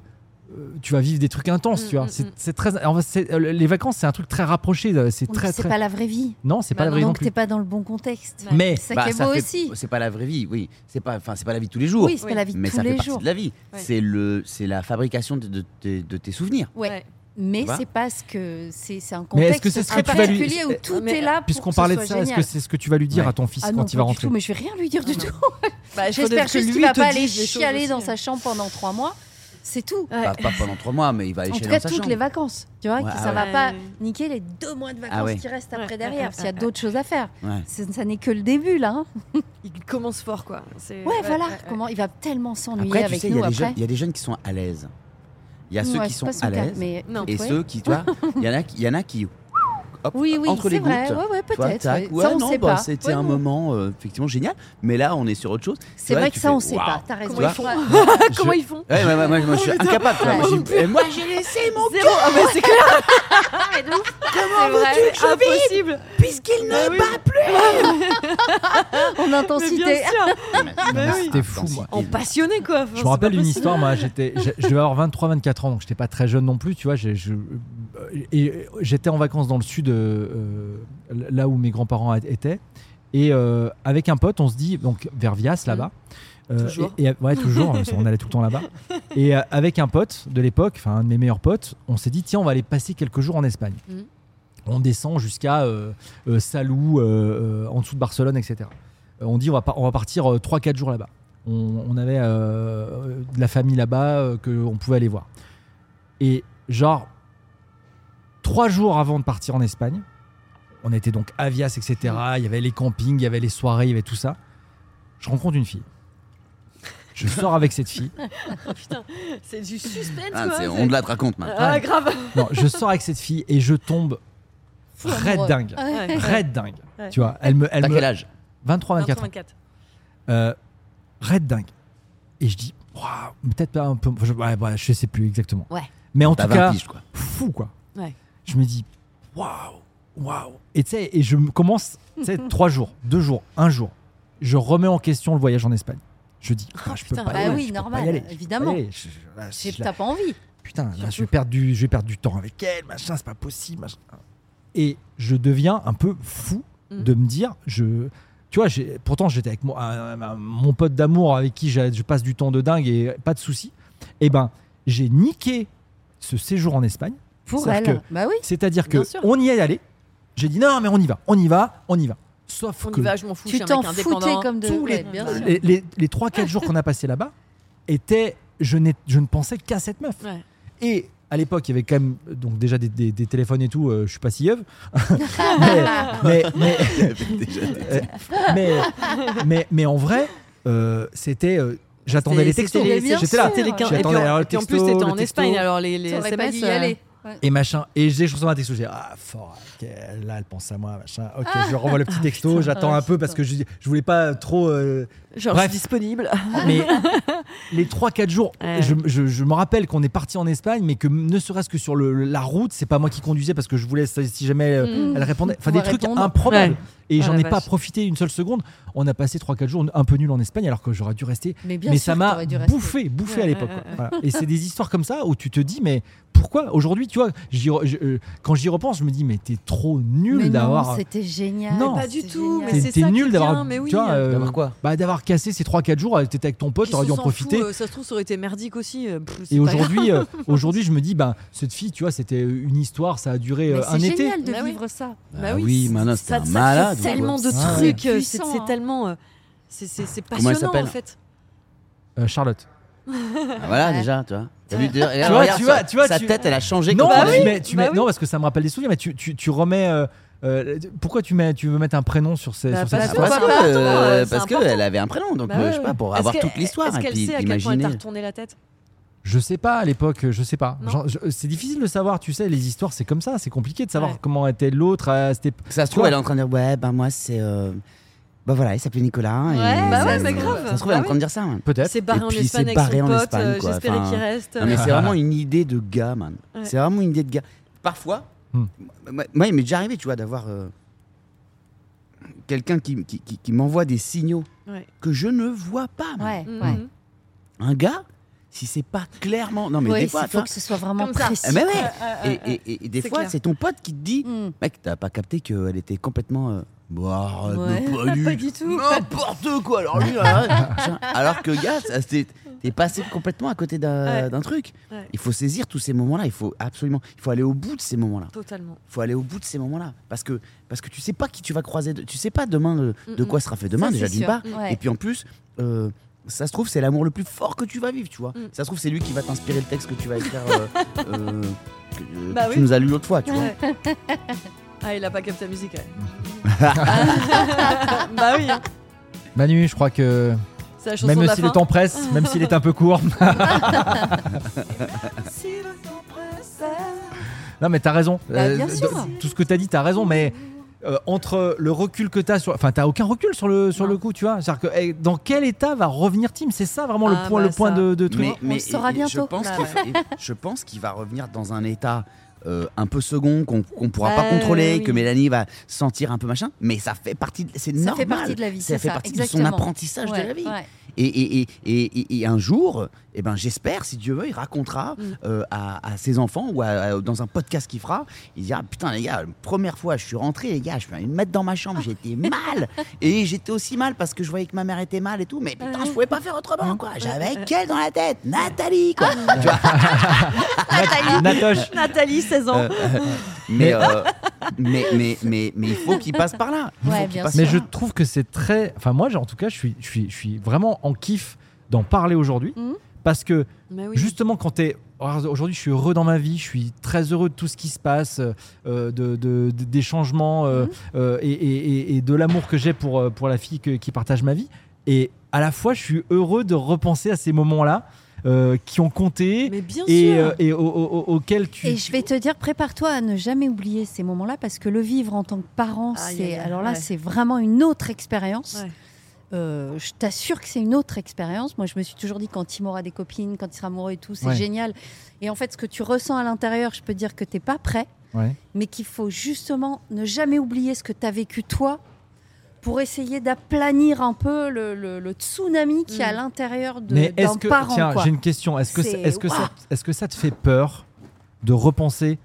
[SPEAKER 1] euh, tu vas vivre des trucs intenses,
[SPEAKER 4] Mm,
[SPEAKER 1] tu vois.
[SPEAKER 4] mm,
[SPEAKER 1] C'est-
[SPEAKER 4] mm.
[SPEAKER 1] C'est très en fait, c'est- euh, les vacances, c'est un truc très rapproché. euh, C'est
[SPEAKER 2] Oui,
[SPEAKER 1] très
[SPEAKER 2] C'est
[SPEAKER 1] très.
[SPEAKER 2] pas la vraie vie.
[SPEAKER 1] Non, c'est pas la vraie
[SPEAKER 2] Donc
[SPEAKER 1] raison
[SPEAKER 2] t'es pas dans le bon contexte.
[SPEAKER 1] plus. Mais
[SPEAKER 2] C'est ça
[SPEAKER 3] bah,
[SPEAKER 2] qui est
[SPEAKER 3] ça
[SPEAKER 2] beau
[SPEAKER 3] fait-
[SPEAKER 2] aussi.
[SPEAKER 3] c'est pas la vraie vie, oui. C'est pas, enfin, c'est pas la vie de tous les jours.
[SPEAKER 2] Oui, c'est pas la vie de
[SPEAKER 3] mais
[SPEAKER 2] tous
[SPEAKER 3] ça fait
[SPEAKER 2] les
[SPEAKER 3] partie
[SPEAKER 2] jours.
[SPEAKER 3] de la vie.
[SPEAKER 4] Ouais.
[SPEAKER 3] C'est le, c'est la fabrication de, de- de- de tes souvenirs.
[SPEAKER 2] Ouais.
[SPEAKER 4] Ouais.
[SPEAKER 2] Mais
[SPEAKER 3] Tu vois
[SPEAKER 2] c'est parce que c'est c'est un
[SPEAKER 1] Mais est-ce
[SPEAKER 2] contexte
[SPEAKER 1] que ce serait
[SPEAKER 2] très
[SPEAKER 1] pas lui-
[SPEAKER 2] particulier où tout
[SPEAKER 4] Mais-
[SPEAKER 2] est là pour
[SPEAKER 1] Puisqu'on
[SPEAKER 2] que ce
[SPEAKER 1] parlait de
[SPEAKER 2] soit
[SPEAKER 1] ça, est-ce
[SPEAKER 2] génial.
[SPEAKER 1] que c'est ce que tu vas lui dire
[SPEAKER 3] Ouais.
[SPEAKER 1] à ton fils
[SPEAKER 2] ah non,
[SPEAKER 1] quand il va
[SPEAKER 2] pas du
[SPEAKER 1] rentrer
[SPEAKER 2] tout, mais je vais rien lui dire du
[SPEAKER 4] Ah non.
[SPEAKER 2] tout.
[SPEAKER 4] Bah,
[SPEAKER 2] J'espère
[SPEAKER 4] faudrait
[SPEAKER 2] juste
[SPEAKER 4] lui
[SPEAKER 2] qu'il va
[SPEAKER 4] te
[SPEAKER 2] pas
[SPEAKER 4] dise des
[SPEAKER 2] aller
[SPEAKER 4] choses
[SPEAKER 2] chialer
[SPEAKER 4] aussi.
[SPEAKER 2] dans sa chambre pendant trois mois. C'est tout.
[SPEAKER 4] Ouais.
[SPEAKER 3] Pas, pas pendant trois mois, mais il va aller
[SPEAKER 2] En
[SPEAKER 3] chez
[SPEAKER 2] tout
[SPEAKER 3] dans
[SPEAKER 2] cas,
[SPEAKER 3] sa
[SPEAKER 2] toutes
[SPEAKER 3] chambre.
[SPEAKER 2] les vacances. Tu vois,
[SPEAKER 3] Ouais,
[SPEAKER 2] que
[SPEAKER 3] ah
[SPEAKER 2] ça
[SPEAKER 3] ouais.
[SPEAKER 2] va pas
[SPEAKER 4] Ouais.
[SPEAKER 2] niquer les deux mois de vacances
[SPEAKER 3] ouais.
[SPEAKER 2] qui restent
[SPEAKER 4] Ouais,
[SPEAKER 2] après
[SPEAKER 4] ouais,
[SPEAKER 2] derrière.
[SPEAKER 4] ouais,
[SPEAKER 2] S'il y a
[SPEAKER 4] ouais,
[SPEAKER 2] d'autres choses à faire.
[SPEAKER 3] Ouais.
[SPEAKER 2] C'est- Ça n'est que le début, là. hein.
[SPEAKER 4] il commence fort quoi C'est-
[SPEAKER 2] Ouais, voilà.
[SPEAKER 4] ouais.
[SPEAKER 2] Comment il va tellement s'ennuyer
[SPEAKER 3] Après, tu
[SPEAKER 2] avec
[SPEAKER 3] sais, il y,
[SPEAKER 2] nous
[SPEAKER 3] a des jeunes-
[SPEAKER 2] après. Mmh,
[SPEAKER 3] il y a des jeunes qui sont à l'aise. Il y a ceux
[SPEAKER 2] Ouais,
[SPEAKER 3] qui
[SPEAKER 2] c'est
[SPEAKER 3] sont
[SPEAKER 2] pas son
[SPEAKER 3] à
[SPEAKER 2] cas,
[SPEAKER 3] l'aise.
[SPEAKER 2] mais
[SPEAKER 4] Non.
[SPEAKER 3] Et
[SPEAKER 2] ouais.
[SPEAKER 3] ceux qui, tu vois, il y en a qui, il y en a qui hop,
[SPEAKER 2] Oui, oui,
[SPEAKER 3] entre les
[SPEAKER 2] c'est vrai.
[SPEAKER 3] gouttes.
[SPEAKER 2] Ouais, ouais,
[SPEAKER 3] tu vois,
[SPEAKER 2] peut-être.
[SPEAKER 3] tac,
[SPEAKER 2] ouais.
[SPEAKER 3] ouais,
[SPEAKER 2] ça, on
[SPEAKER 3] non,
[SPEAKER 2] sait
[SPEAKER 3] bah,
[SPEAKER 2] pas.
[SPEAKER 3] C'était
[SPEAKER 2] Ouais,
[SPEAKER 3] un
[SPEAKER 2] non.
[SPEAKER 3] moment euh, effectivement génial, mais là on est sur autre chose.
[SPEAKER 2] C'est
[SPEAKER 3] Ouais,
[SPEAKER 2] vrai
[SPEAKER 3] tu
[SPEAKER 2] que ça, on
[SPEAKER 3] fais,
[SPEAKER 2] sait
[SPEAKER 3] waouh.
[SPEAKER 2] pas. T'as raison.
[SPEAKER 4] Comment ils font
[SPEAKER 2] Ouais.
[SPEAKER 4] comment
[SPEAKER 1] Je-
[SPEAKER 4] ils font
[SPEAKER 3] Ouais, ouais, ouais, moi, moi, je suis incapable. tu vois, moi, j'ai- et moi, j'ai laissé mon
[SPEAKER 4] Zéro. Ah bah, c'est clair. Mais de ouf. C'est vrai,
[SPEAKER 3] veux-tu que je
[SPEAKER 4] Impossible.
[SPEAKER 3] puisqu'il
[SPEAKER 4] Bah oui.
[SPEAKER 2] En
[SPEAKER 4] Mais bien
[SPEAKER 2] intensité.
[SPEAKER 4] sûr.
[SPEAKER 1] Mais
[SPEAKER 4] Bah oui.
[SPEAKER 1] C'était fou, moi.
[SPEAKER 4] En passionné quoi. Enfin,
[SPEAKER 1] Je
[SPEAKER 4] c'est
[SPEAKER 1] me
[SPEAKER 4] pas
[SPEAKER 1] rappelle une
[SPEAKER 4] possible.
[SPEAKER 1] histoire, moi, j'étais, je je devais avoir 23-24 ans, donc j'étais pas très jeune non plus, tu vois. j'ai- je- et euh, j'étais en vacances dans le sud, euh, euh, là où mes grands-parents a- étaient, et euh, avec un pote, on se dit donc vers Vias là-bas. Euh,
[SPEAKER 4] Toujours.
[SPEAKER 1] Et, et- ouais, toujours. on allait tout le temps là-bas. Et euh, avec un pote de l'époque, enfin un de mes meilleurs potes, on s'est dit tiens, on va aller passer quelques jours en Espagne.
[SPEAKER 4] Mhm.
[SPEAKER 1] On descend jusqu'à euh, euh, Salou, euh, euh, en dessous de Barcelone, etc. Euh, on dit on va, par- on va partir 3-4 jours là-bas. On, on avait euh, de la famille là-bas euh, que on pouvait aller voir. Et genre, trois jours avant de partir en Espagne, on était donc à Vias, etc. Il y avait les campings, il y avait les soirées, il y avait tout ça. Je rencontre une fille. Je sors avec cette fille.
[SPEAKER 4] C'est du suspense
[SPEAKER 3] Ah,
[SPEAKER 4] quoi.
[SPEAKER 3] c'est-
[SPEAKER 4] c'est-
[SPEAKER 3] on te la te raconte maintenant.
[SPEAKER 4] Ah grave.
[SPEAKER 1] Non, je sors avec cette fille et je tombe
[SPEAKER 2] Fou
[SPEAKER 1] raide
[SPEAKER 2] amoureux. Ah
[SPEAKER 1] dingue.
[SPEAKER 4] Ouais.
[SPEAKER 1] Raide dingue.
[SPEAKER 4] Ouais.
[SPEAKER 1] Tu vois, elle me. Elle
[SPEAKER 3] T'as
[SPEAKER 1] me-
[SPEAKER 3] quel âge
[SPEAKER 1] 23, 24 ans.
[SPEAKER 4] 24.
[SPEAKER 1] Euh, raide dingue. Et je dis, Waouh, peut-être pas un peu. Je, ouais, ouais, je sais plus exactement.
[SPEAKER 2] Ouais.
[SPEAKER 1] Mais en
[SPEAKER 3] T'as
[SPEAKER 1] tout
[SPEAKER 3] 20
[SPEAKER 1] cas,
[SPEAKER 3] piges, quoi.
[SPEAKER 1] fou quoi.
[SPEAKER 4] Ouais.
[SPEAKER 1] Je me dis, waouh, waouh. Et tu sais, et je me commence, tu sais, trois jours, deux jours, un jour. Je remets en question le voyage en Espagne. Je dis, putain, je peux
[SPEAKER 4] putain,
[SPEAKER 1] pas y
[SPEAKER 2] Bah
[SPEAKER 1] aller,
[SPEAKER 2] oui,
[SPEAKER 1] je peux pas y
[SPEAKER 2] normal,
[SPEAKER 1] aller, je peux pas y
[SPEAKER 2] évidemment.
[SPEAKER 1] aller, je- ah, je- là,
[SPEAKER 2] J'ai-
[SPEAKER 1] je la-
[SPEAKER 2] T'as pas envie.
[SPEAKER 1] putain, là, je, vais
[SPEAKER 4] Surtout.
[SPEAKER 1] perdre du, je vais perdre du temps avec elle, machin, c'est pas possible. machin. Et je deviens un peu fou
[SPEAKER 2] Mm.
[SPEAKER 4] Mhm.
[SPEAKER 1] de me dire, je, tu vois, j'ai- pourtant j'étais avec mon, un- un- mon pote d'amour avec qui j'ai- je passe du temps de dingue et pas de soucis. Et ben, j'ai niqué ce séjour en Espagne.
[SPEAKER 2] Pour
[SPEAKER 1] C'est-à-dire
[SPEAKER 2] elle.
[SPEAKER 1] que-
[SPEAKER 2] Bah oui.
[SPEAKER 1] C'est-à-dire que
[SPEAKER 4] Bien sûr.
[SPEAKER 1] on y est allé. J'ai dit non, mais on y va, on y va, on y va. Sauf
[SPEAKER 4] On y
[SPEAKER 1] que
[SPEAKER 4] va, je m'en fous, je
[SPEAKER 2] Tu
[SPEAKER 4] suis un
[SPEAKER 2] t'en
[SPEAKER 4] mec
[SPEAKER 2] foutais
[SPEAKER 4] indépendant.
[SPEAKER 2] comme de
[SPEAKER 1] tous les-
[SPEAKER 2] ouais, bien sûr.
[SPEAKER 1] les, les, 3-4 jours qu'on a passé là-bas étaient. Je, n'ai- je ne pensais qu'à cette meuf.
[SPEAKER 4] Ouais.
[SPEAKER 1] Et à l'époque, il y avait quand même euh, donc déjà des, des- des téléphones et tout. euh, je suis pas si yeuve. mais, mais, mais, euh, mais, mais- mais en vrai, euh, c'était. euh, J'attendais les textos.
[SPEAKER 4] C'était les-
[SPEAKER 2] Mais bien
[SPEAKER 1] J'étais là.
[SPEAKER 4] c'était les quinze- Et puis,
[SPEAKER 1] J'attendais
[SPEAKER 4] en,
[SPEAKER 1] alors le
[SPEAKER 4] et puis en plus,
[SPEAKER 1] texto,
[SPEAKER 4] t'étais
[SPEAKER 1] le
[SPEAKER 4] en
[SPEAKER 1] texto.
[SPEAKER 4] Espagne, alors les, les
[SPEAKER 2] T'aurais pas
[SPEAKER 4] SMS.
[SPEAKER 2] d'y
[SPEAKER 4] euh,
[SPEAKER 2] aller.
[SPEAKER 1] Et machin. Et j'ai sur un texto. J'ai dit, ah, fort. ok, là, elle pense à moi. Machin. Ok, je lui renvoie le
[SPEAKER 4] Ah,
[SPEAKER 1] petit texto. J'attends un peu parce que je, je voulais pas trop. euh,
[SPEAKER 4] Genre,
[SPEAKER 1] Bref.
[SPEAKER 4] je suis disponible.
[SPEAKER 1] mais les 3-4 jours,
[SPEAKER 4] Ah. Ouais.
[SPEAKER 1] je, je- je me rappelle qu'on est parti en Espagne, mais que ne serait-ce que sur le, la route, c'est pas moi qui conduisais parce que je voulais, sa- si jamais euh,
[SPEAKER 4] Mm.
[SPEAKER 1] elle répondait. Enfin, des
[SPEAKER 2] Pouvoir
[SPEAKER 1] trucs
[SPEAKER 2] répondre.
[SPEAKER 1] improbables.
[SPEAKER 4] Ouais.
[SPEAKER 1] Et
[SPEAKER 4] Ah,
[SPEAKER 1] j'en
[SPEAKER 4] la
[SPEAKER 1] ai pas
[SPEAKER 4] vache.
[SPEAKER 1] profité une seule seconde. On a passé 3-4 jours un peu nuls en Espagne alors que j'aurais dû rester.
[SPEAKER 2] Mais bien
[SPEAKER 1] mais
[SPEAKER 2] sûr,
[SPEAKER 1] ça m'a
[SPEAKER 2] t'aurais dû rester.
[SPEAKER 1] bouffé, bouffé à
[SPEAKER 4] Ouais,
[SPEAKER 1] l'époque.
[SPEAKER 4] ouais,
[SPEAKER 1] quoi.
[SPEAKER 4] ouais.
[SPEAKER 1] Voilà. Et c'est des histoires comme ça où tu te dis, mais pourquoi Aujourd'hui, tu vois, j'y re- je- euh, quand j'y repense, je me dis, mais t'es trop
[SPEAKER 2] Mais
[SPEAKER 1] nul
[SPEAKER 2] non,
[SPEAKER 1] d'avoir.
[SPEAKER 2] C'était génial.
[SPEAKER 1] Non.
[SPEAKER 4] Pas du
[SPEAKER 2] C'était
[SPEAKER 4] tout,
[SPEAKER 2] génial.
[SPEAKER 4] mais
[SPEAKER 1] T'es
[SPEAKER 4] c'est
[SPEAKER 1] t'es
[SPEAKER 4] ça qui
[SPEAKER 1] nul
[SPEAKER 4] est
[SPEAKER 1] d'avoir.
[SPEAKER 4] bien, mais oui.
[SPEAKER 1] tu vois, euh,
[SPEAKER 3] D'avoir quoi
[SPEAKER 1] bah, D'avoir cassé ces 3-4 jours, euh, t'étais avec ton pote,
[SPEAKER 4] Puis
[SPEAKER 1] t'aurais dû
[SPEAKER 4] on
[SPEAKER 1] en
[SPEAKER 4] s'en
[SPEAKER 1] profiter.
[SPEAKER 4] fout, euh, ça se trouve, ça aurait été merdique aussi. euh, pff, c'est
[SPEAKER 1] Et
[SPEAKER 4] pas
[SPEAKER 1] aujourd'hui, euh, aujourd'hui, je me dis, ben, cette fille, tu vois, c'était une histoire, ça a duré
[SPEAKER 2] Mais
[SPEAKER 1] euh, un
[SPEAKER 2] c'est
[SPEAKER 1] été.
[SPEAKER 2] génial de
[SPEAKER 4] Bah oui.
[SPEAKER 2] vivre ça.
[SPEAKER 4] Bah
[SPEAKER 3] Ah
[SPEAKER 4] oui,
[SPEAKER 3] oui,
[SPEAKER 4] c'est-
[SPEAKER 3] maintenant,
[SPEAKER 4] ça-
[SPEAKER 3] c'était un
[SPEAKER 4] ça fait
[SPEAKER 3] malade,
[SPEAKER 4] tellement de
[SPEAKER 1] quoi. Ah
[SPEAKER 2] ouais.
[SPEAKER 4] trucs, euh, c'est
[SPEAKER 2] Puissant,
[SPEAKER 4] c'est
[SPEAKER 2] hein.
[SPEAKER 4] tellement. euh, c'est- C'est c'est
[SPEAKER 3] Comment elle
[SPEAKER 4] passionnant en
[SPEAKER 3] s'appelle
[SPEAKER 4] fait.
[SPEAKER 1] Euh, Charlotte.
[SPEAKER 3] Ah, Voilà,
[SPEAKER 2] Ouais.
[SPEAKER 3] déjà, tu vois. T'as vu, déjà,
[SPEAKER 1] vois,
[SPEAKER 3] regarde,
[SPEAKER 1] tu vois,
[SPEAKER 3] sa-
[SPEAKER 1] tu vois,
[SPEAKER 3] Sa
[SPEAKER 1] tu-
[SPEAKER 3] tête, elle a changé.
[SPEAKER 1] Non,
[SPEAKER 3] quand
[SPEAKER 4] Bah
[SPEAKER 1] tu
[SPEAKER 4] oui,
[SPEAKER 1] mets- tu
[SPEAKER 4] bah
[SPEAKER 1] mets-
[SPEAKER 4] oui.
[SPEAKER 1] non, parce que ça me rappelle des souvenirs, mais tu, tu, tu remets. euh, euh, pourquoi tu, mets, tu veux mettre un prénom sur, ces,
[SPEAKER 4] Bah,
[SPEAKER 1] sur
[SPEAKER 4] parce
[SPEAKER 1] cette
[SPEAKER 3] Ah,
[SPEAKER 4] que-
[SPEAKER 1] histoire
[SPEAKER 3] parce
[SPEAKER 4] Pourquoi
[SPEAKER 3] que,
[SPEAKER 4] pas, attends,
[SPEAKER 3] euh,
[SPEAKER 4] euh, c'est
[SPEAKER 3] parce que
[SPEAKER 4] important.
[SPEAKER 3] elle avait un prénom, donc
[SPEAKER 4] Bah
[SPEAKER 3] euh,
[SPEAKER 4] ouais.
[SPEAKER 3] je sais pas, pour
[SPEAKER 4] Est-ce
[SPEAKER 3] avoir
[SPEAKER 4] qu'elle-
[SPEAKER 3] toute l'histoire.
[SPEAKER 4] Est-ce
[SPEAKER 3] et
[SPEAKER 4] qu'elle
[SPEAKER 3] puis
[SPEAKER 4] sait à quel point elle
[SPEAKER 3] imaginer.
[SPEAKER 4] t'a retourné la tête
[SPEAKER 1] Je sais pas à l'époque, je sais pas.
[SPEAKER 4] Non.
[SPEAKER 1] Genre, je- C'est difficile de savoir, tu sais, les histoires, c'est comme ça, c'est compliqué de savoir
[SPEAKER 4] Ouais.
[SPEAKER 1] comment était l'autre. à cette époque.
[SPEAKER 3] Ça se trouve, elle est en train de dire Ouais, bah moi, c'est. euh, Bah voilà, il s'appelait Nicolas. et
[SPEAKER 4] Ouais, bah
[SPEAKER 3] ça-
[SPEAKER 4] ouais, c'est
[SPEAKER 3] ça-
[SPEAKER 4] grave.
[SPEAKER 3] Ça se trouve, elle est
[SPEAKER 4] Bah
[SPEAKER 3] en train de dire ça. man.
[SPEAKER 4] Il
[SPEAKER 1] Peut-être.
[SPEAKER 4] s'est barré
[SPEAKER 3] Et
[SPEAKER 4] en
[SPEAKER 3] puis, il s'est
[SPEAKER 4] Espagne avec
[SPEAKER 3] barré en
[SPEAKER 4] son pote,
[SPEAKER 3] Espagne,
[SPEAKER 4] euh,
[SPEAKER 3] quoi.
[SPEAKER 4] j'espérais
[SPEAKER 3] Enfin,
[SPEAKER 4] qu'il reste.
[SPEAKER 3] Non, mais c'est vraiment une idée de gars, man.
[SPEAKER 4] Ouais.
[SPEAKER 3] C'est vraiment une idée de gars. Parfois,
[SPEAKER 1] Hmm.
[SPEAKER 3] moi, moi, il m'est déjà arrivé, tu vois, d'avoir euh, quelqu'un qui, qui, qui- qui m'envoie des signaux
[SPEAKER 4] Ouais.
[SPEAKER 3] que je ne vois pas. man.
[SPEAKER 2] Ouais,
[SPEAKER 4] Mhm.
[SPEAKER 2] ouais.
[SPEAKER 3] Un gars, si c'est pas clairement. Non, mais
[SPEAKER 2] Oui,
[SPEAKER 3] des
[SPEAKER 2] il
[SPEAKER 3] fois, tu
[SPEAKER 2] faut
[SPEAKER 3] vois.
[SPEAKER 2] que ce soit vraiment
[SPEAKER 4] Comme ça.
[SPEAKER 2] précis.
[SPEAKER 3] Eh ben ouais. Et, et- et- et des
[SPEAKER 4] euh, C'est
[SPEAKER 3] fois,
[SPEAKER 4] clair.
[SPEAKER 3] c'est ton pote qui te dit
[SPEAKER 2] Mm.
[SPEAKER 3] Mec, t'as pas capté qu'elle était complètement. euh, Bah, arrête de
[SPEAKER 4] Ouais.
[SPEAKER 3] pas lui.
[SPEAKER 4] Pas du tout.
[SPEAKER 3] N'importe quoi. Alors lui, arrête. Tiens, alors que gars, ça, c'est- t'es passé complètement à côté d'un
[SPEAKER 4] Ouais.
[SPEAKER 3] d'un truc.
[SPEAKER 4] Ouais.
[SPEAKER 3] Il faut saisir tous ces moments-là. Il faut absolument. Il faut aller au bout de ces moments-là.
[SPEAKER 4] Totalement.
[SPEAKER 3] Il faut aller au bout de ces moments-là parce que parce que tu sais pas qui tu vas croiser. de- tu sais pas demain euh, de
[SPEAKER 4] Mm-mm.
[SPEAKER 3] quoi sera fait demain
[SPEAKER 2] Ça,
[SPEAKER 3] déjà
[SPEAKER 2] c'est
[SPEAKER 3] d'une
[SPEAKER 2] sûr.
[SPEAKER 3] part.
[SPEAKER 2] Ouais.
[SPEAKER 3] Et puis en plus. euh, ça se trouve, c'est l'amour le plus fort que tu vas vivre, tu vois.
[SPEAKER 4] Mm.
[SPEAKER 3] Ça se trouve, c'est lui qui va t'inspirer le texte que tu vas écrire, euh, euh, que, euh, que
[SPEAKER 4] Bah
[SPEAKER 3] tu
[SPEAKER 4] oui.
[SPEAKER 3] nous as lu l'autre fois, tu vois.
[SPEAKER 4] Ouais. Ah, il a pas capté la musique. ouais. bah oui, hein.
[SPEAKER 1] Manu, je crois que
[SPEAKER 4] c'est la chanson de
[SPEAKER 1] même
[SPEAKER 4] la
[SPEAKER 1] si
[SPEAKER 4] fin.
[SPEAKER 1] le temps presse, même s'il est un peu court.
[SPEAKER 4] Si le temps presse.
[SPEAKER 1] Non, mais t'as raison.
[SPEAKER 2] Bah, bien
[SPEAKER 1] d-
[SPEAKER 2] sûr.
[SPEAKER 1] Tout ce que t'as dit, t'as raison, mais euh, entre le recul que t'as sur. Enfin, t'as aucun recul sur le, sur
[SPEAKER 4] Non.
[SPEAKER 1] le coup, tu vois. C'est-à-dire que eh, dans quel état va revenir Tim C'est ça vraiment
[SPEAKER 4] Ah,
[SPEAKER 1] le point,
[SPEAKER 4] bah,
[SPEAKER 1] le point
[SPEAKER 4] ça.
[SPEAKER 1] de, de truc.
[SPEAKER 3] Mais,
[SPEAKER 2] On
[SPEAKER 3] mais-
[SPEAKER 2] le saura
[SPEAKER 3] et- et Je
[SPEAKER 2] bientôt.
[SPEAKER 3] pense
[SPEAKER 4] Bah
[SPEAKER 3] qu'il va- et je pense qu'il va revenir dans un état euh, un peu second qu'on qu'on pourra pas
[SPEAKER 4] Bah,
[SPEAKER 2] Euh,
[SPEAKER 3] contrôler,
[SPEAKER 4] oui.
[SPEAKER 3] que Mélanie va sentir un peu machin, mais ça fait partie, de- c'est normal.
[SPEAKER 2] Ça fait partie de la vie.
[SPEAKER 3] Ça
[SPEAKER 2] c'est
[SPEAKER 3] fait
[SPEAKER 2] ça,
[SPEAKER 3] partie de son
[SPEAKER 2] exactement.
[SPEAKER 3] apprentissage
[SPEAKER 2] Ouais,
[SPEAKER 3] de la vie.
[SPEAKER 2] ouais.
[SPEAKER 3] Et, et- et- et- et- et un jour, eh ben, j'espère, si Dieu veut, il racontera
[SPEAKER 4] Mm.
[SPEAKER 3] euh, à, à ses enfants ou à- à- dans un podcast qu'il fera, il dira Putain, les gars, la première fois, je suis rentré, les gars, je suis allé me mettre dans ma chambre, j'étais mal. Et j'étais aussi mal parce que je voyais que ma mère était mal et tout, mais putain, je pouvais pas faire autrement, quoi. J'avais qu'elle dans la tête, Nathalie, quoi.
[SPEAKER 4] Nathalie.
[SPEAKER 1] Natoche.
[SPEAKER 4] Nathalie, 16
[SPEAKER 3] Euh,
[SPEAKER 4] ans.
[SPEAKER 3] mais, euh, mais, mais, mais, mais il faut qu'il passe par là. Il faut
[SPEAKER 2] Ouais,
[SPEAKER 3] qu'il
[SPEAKER 2] bien
[SPEAKER 3] passe
[SPEAKER 1] Mais
[SPEAKER 3] par
[SPEAKER 1] je
[SPEAKER 3] là.
[SPEAKER 1] trouve que c'est très. Enfin, moi, j'ai- en tout cas, je suis, je suis, je suis vraiment en kiff d'en parler aujourd'hui.
[SPEAKER 4] Mmh.
[SPEAKER 2] Mhm.
[SPEAKER 1] Parce que
[SPEAKER 4] Mais Bah oui.
[SPEAKER 1] justement, quand t'es. alors, Aujourd'hui, je suis heureux dans ma vie, je suis très heureux de tout ce qui se passe, euh, de, de- de- des changements euh,
[SPEAKER 2] Mhm.
[SPEAKER 1] euh, et, et- et- et de l'amour que j'ai pour, euh, pour la fille que- qui partage ma vie. Et à la fois, je suis heureux de repenser à ces moments-là euh, qui ont compté
[SPEAKER 4] Mais bien
[SPEAKER 1] et,
[SPEAKER 4] sûr.
[SPEAKER 1] euh, et au- au- au- auxquels tu.
[SPEAKER 2] Et je vais te dire, prépare-toi à ne jamais oublier ces moments-là parce que le vivre en tant que parent,
[SPEAKER 4] Aïe,
[SPEAKER 2] c'est
[SPEAKER 4] aïe, aïe,
[SPEAKER 2] alors là,
[SPEAKER 4] ouais.
[SPEAKER 2] c'est vraiment une autre expérience.
[SPEAKER 4] Ouais.
[SPEAKER 2] Euh, je t'assure que c'est une autre expérience. Moi, je me suis toujours dit quand il m'aura des copines, quand il sera amoureux et tout, c'est
[SPEAKER 1] Ouais.
[SPEAKER 2] génial. Et en fait, ce que tu ressens à l'intérieur, je peux dire que t'es pas prêt,
[SPEAKER 1] Ouais.
[SPEAKER 2] mais qu'il faut justement ne jamais oublier ce que tu as vécu toi pour essayer d'aplanir un peu le, le- le tsunami qui est à
[SPEAKER 4] Mm.
[SPEAKER 2] l'intérieur de-
[SPEAKER 1] Mais
[SPEAKER 2] d'un
[SPEAKER 1] est-ce que.
[SPEAKER 2] parent.
[SPEAKER 1] tiens,
[SPEAKER 2] quoi.
[SPEAKER 1] j'ai une question. Est-ce que,
[SPEAKER 2] C'est-
[SPEAKER 1] est-ce que,
[SPEAKER 2] Waouh
[SPEAKER 1] ça, est-ce que ça te fait peur de repenser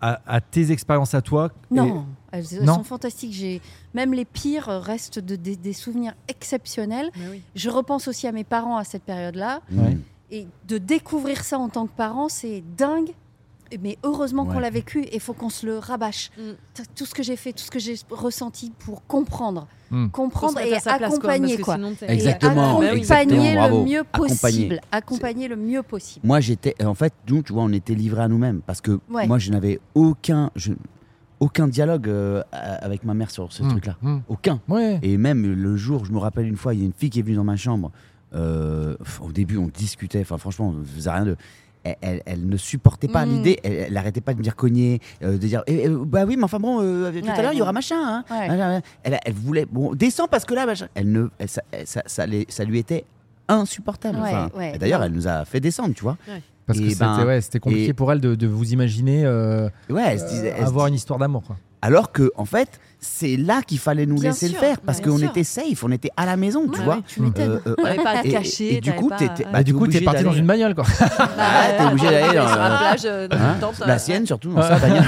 [SPEAKER 1] à, à tes expériences à toi et-
[SPEAKER 2] Non, elles, elles
[SPEAKER 1] Non.
[SPEAKER 2] sont fantastiques. J'ai même les pires euh, restent de, des, des souvenirs exceptionnels.
[SPEAKER 4] Mais oui.
[SPEAKER 2] Je repense aussi à mes parents à cette période-là
[SPEAKER 1] Ouais.
[SPEAKER 3] Mm.
[SPEAKER 2] et de découvrir ça en tant que parent, c'est dingue. mais heureusement qu'on
[SPEAKER 3] Ouais.
[SPEAKER 2] l'a vécu et faut qu'on se le rabâche.
[SPEAKER 4] Mm.
[SPEAKER 2] T- Tout ce que j'ai fait, tout ce que j'ai ressenti pour comprendre,
[SPEAKER 1] Mm. Bah
[SPEAKER 4] Faut se
[SPEAKER 2] comprendre
[SPEAKER 4] mettre
[SPEAKER 2] et
[SPEAKER 4] à sa place,
[SPEAKER 2] accompagner
[SPEAKER 4] parce que
[SPEAKER 2] quoi.
[SPEAKER 4] sinon, t'es-
[SPEAKER 2] Et
[SPEAKER 3] Exactement,
[SPEAKER 2] accompagner
[SPEAKER 3] exactement,
[SPEAKER 2] le
[SPEAKER 3] bravo.
[SPEAKER 2] mieux
[SPEAKER 3] Accompagner.
[SPEAKER 2] possible. Accompagner le mieux possible.
[SPEAKER 3] Moi, j'étais. En fait, nous, tu vois, on était livrés à nous-mêmes parce que
[SPEAKER 2] Ouais.
[SPEAKER 3] moi, je n'avais aucun, je- aucun dialogue euh, a- avec ma mère sur ce
[SPEAKER 1] Mm.
[SPEAKER 3] truc-là.
[SPEAKER 1] Mm.
[SPEAKER 3] Aucun.
[SPEAKER 1] Ouais.
[SPEAKER 3] Et même le jour, je me rappelle une fois, il y a une fille qui est venue dans ma chambre. Euh, pff, au début, on discutait. Enfin, franchement, on faisait rien de. Elle, elle- elle ne supportait pas
[SPEAKER 2] Mmh.
[SPEAKER 4] Mm.
[SPEAKER 3] l'idée. Elle, elle arrêtait pas de me dire cogner, euh, de dire. eh, eh, bah oui, mais enfin bon, euh, tout à
[SPEAKER 2] Ouais,
[SPEAKER 3] l'heure, il y
[SPEAKER 2] bon.
[SPEAKER 3] aura machin. hein.
[SPEAKER 2] Ouais.
[SPEAKER 3] Machin, Elle, elle voulait. Bon, descends parce que là, machin. Elle ne. elle- ça, elle- ça, ça les- ça lui était insupportable.
[SPEAKER 2] Ouais,
[SPEAKER 3] Enfin,
[SPEAKER 2] ouais.
[SPEAKER 3] et D'ailleurs, elle nous a fait descendre, tu vois.
[SPEAKER 1] Parce que
[SPEAKER 3] Et
[SPEAKER 1] c'était
[SPEAKER 3] ben,
[SPEAKER 1] ouais, c'était compliqué
[SPEAKER 3] et-
[SPEAKER 1] pour elle de, de vous imaginer euh,
[SPEAKER 3] Ouais, elle se disait-
[SPEAKER 1] euh,
[SPEAKER 3] elle se
[SPEAKER 1] avoir
[SPEAKER 3] dis-
[SPEAKER 1] une histoire d'amour. quoi.
[SPEAKER 3] Alors que, en fait, c'est là qu'il fallait nous
[SPEAKER 4] Bien
[SPEAKER 3] laisser
[SPEAKER 4] sûr,
[SPEAKER 3] le faire parce
[SPEAKER 4] bien
[SPEAKER 3] qu'on
[SPEAKER 4] sûr.
[SPEAKER 3] était safe, on était à la maison, tu
[SPEAKER 4] Ouais,
[SPEAKER 3] vois.
[SPEAKER 4] ouais, tu m'étonnes.
[SPEAKER 3] Euh, euh,
[SPEAKER 4] T'avais pas à
[SPEAKER 3] et-
[SPEAKER 4] te cacher.
[SPEAKER 3] et, du
[SPEAKER 4] t'avais
[SPEAKER 3] coup,
[SPEAKER 4] pas à-
[SPEAKER 3] t'étais-
[SPEAKER 4] ouais.
[SPEAKER 3] bah,
[SPEAKER 1] Bah, du coup,
[SPEAKER 3] obligé
[SPEAKER 1] t'es parti dans
[SPEAKER 3] d'aller-
[SPEAKER 1] une bagnole. quoi.
[SPEAKER 3] Bah, t'es obligé d'aller dans,
[SPEAKER 4] sur la
[SPEAKER 3] euh,
[SPEAKER 4] plage, euh, dans une
[SPEAKER 3] Hein
[SPEAKER 4] tente, euh,
[SPEAKER 3] la sienne surtout dans sa bagnole.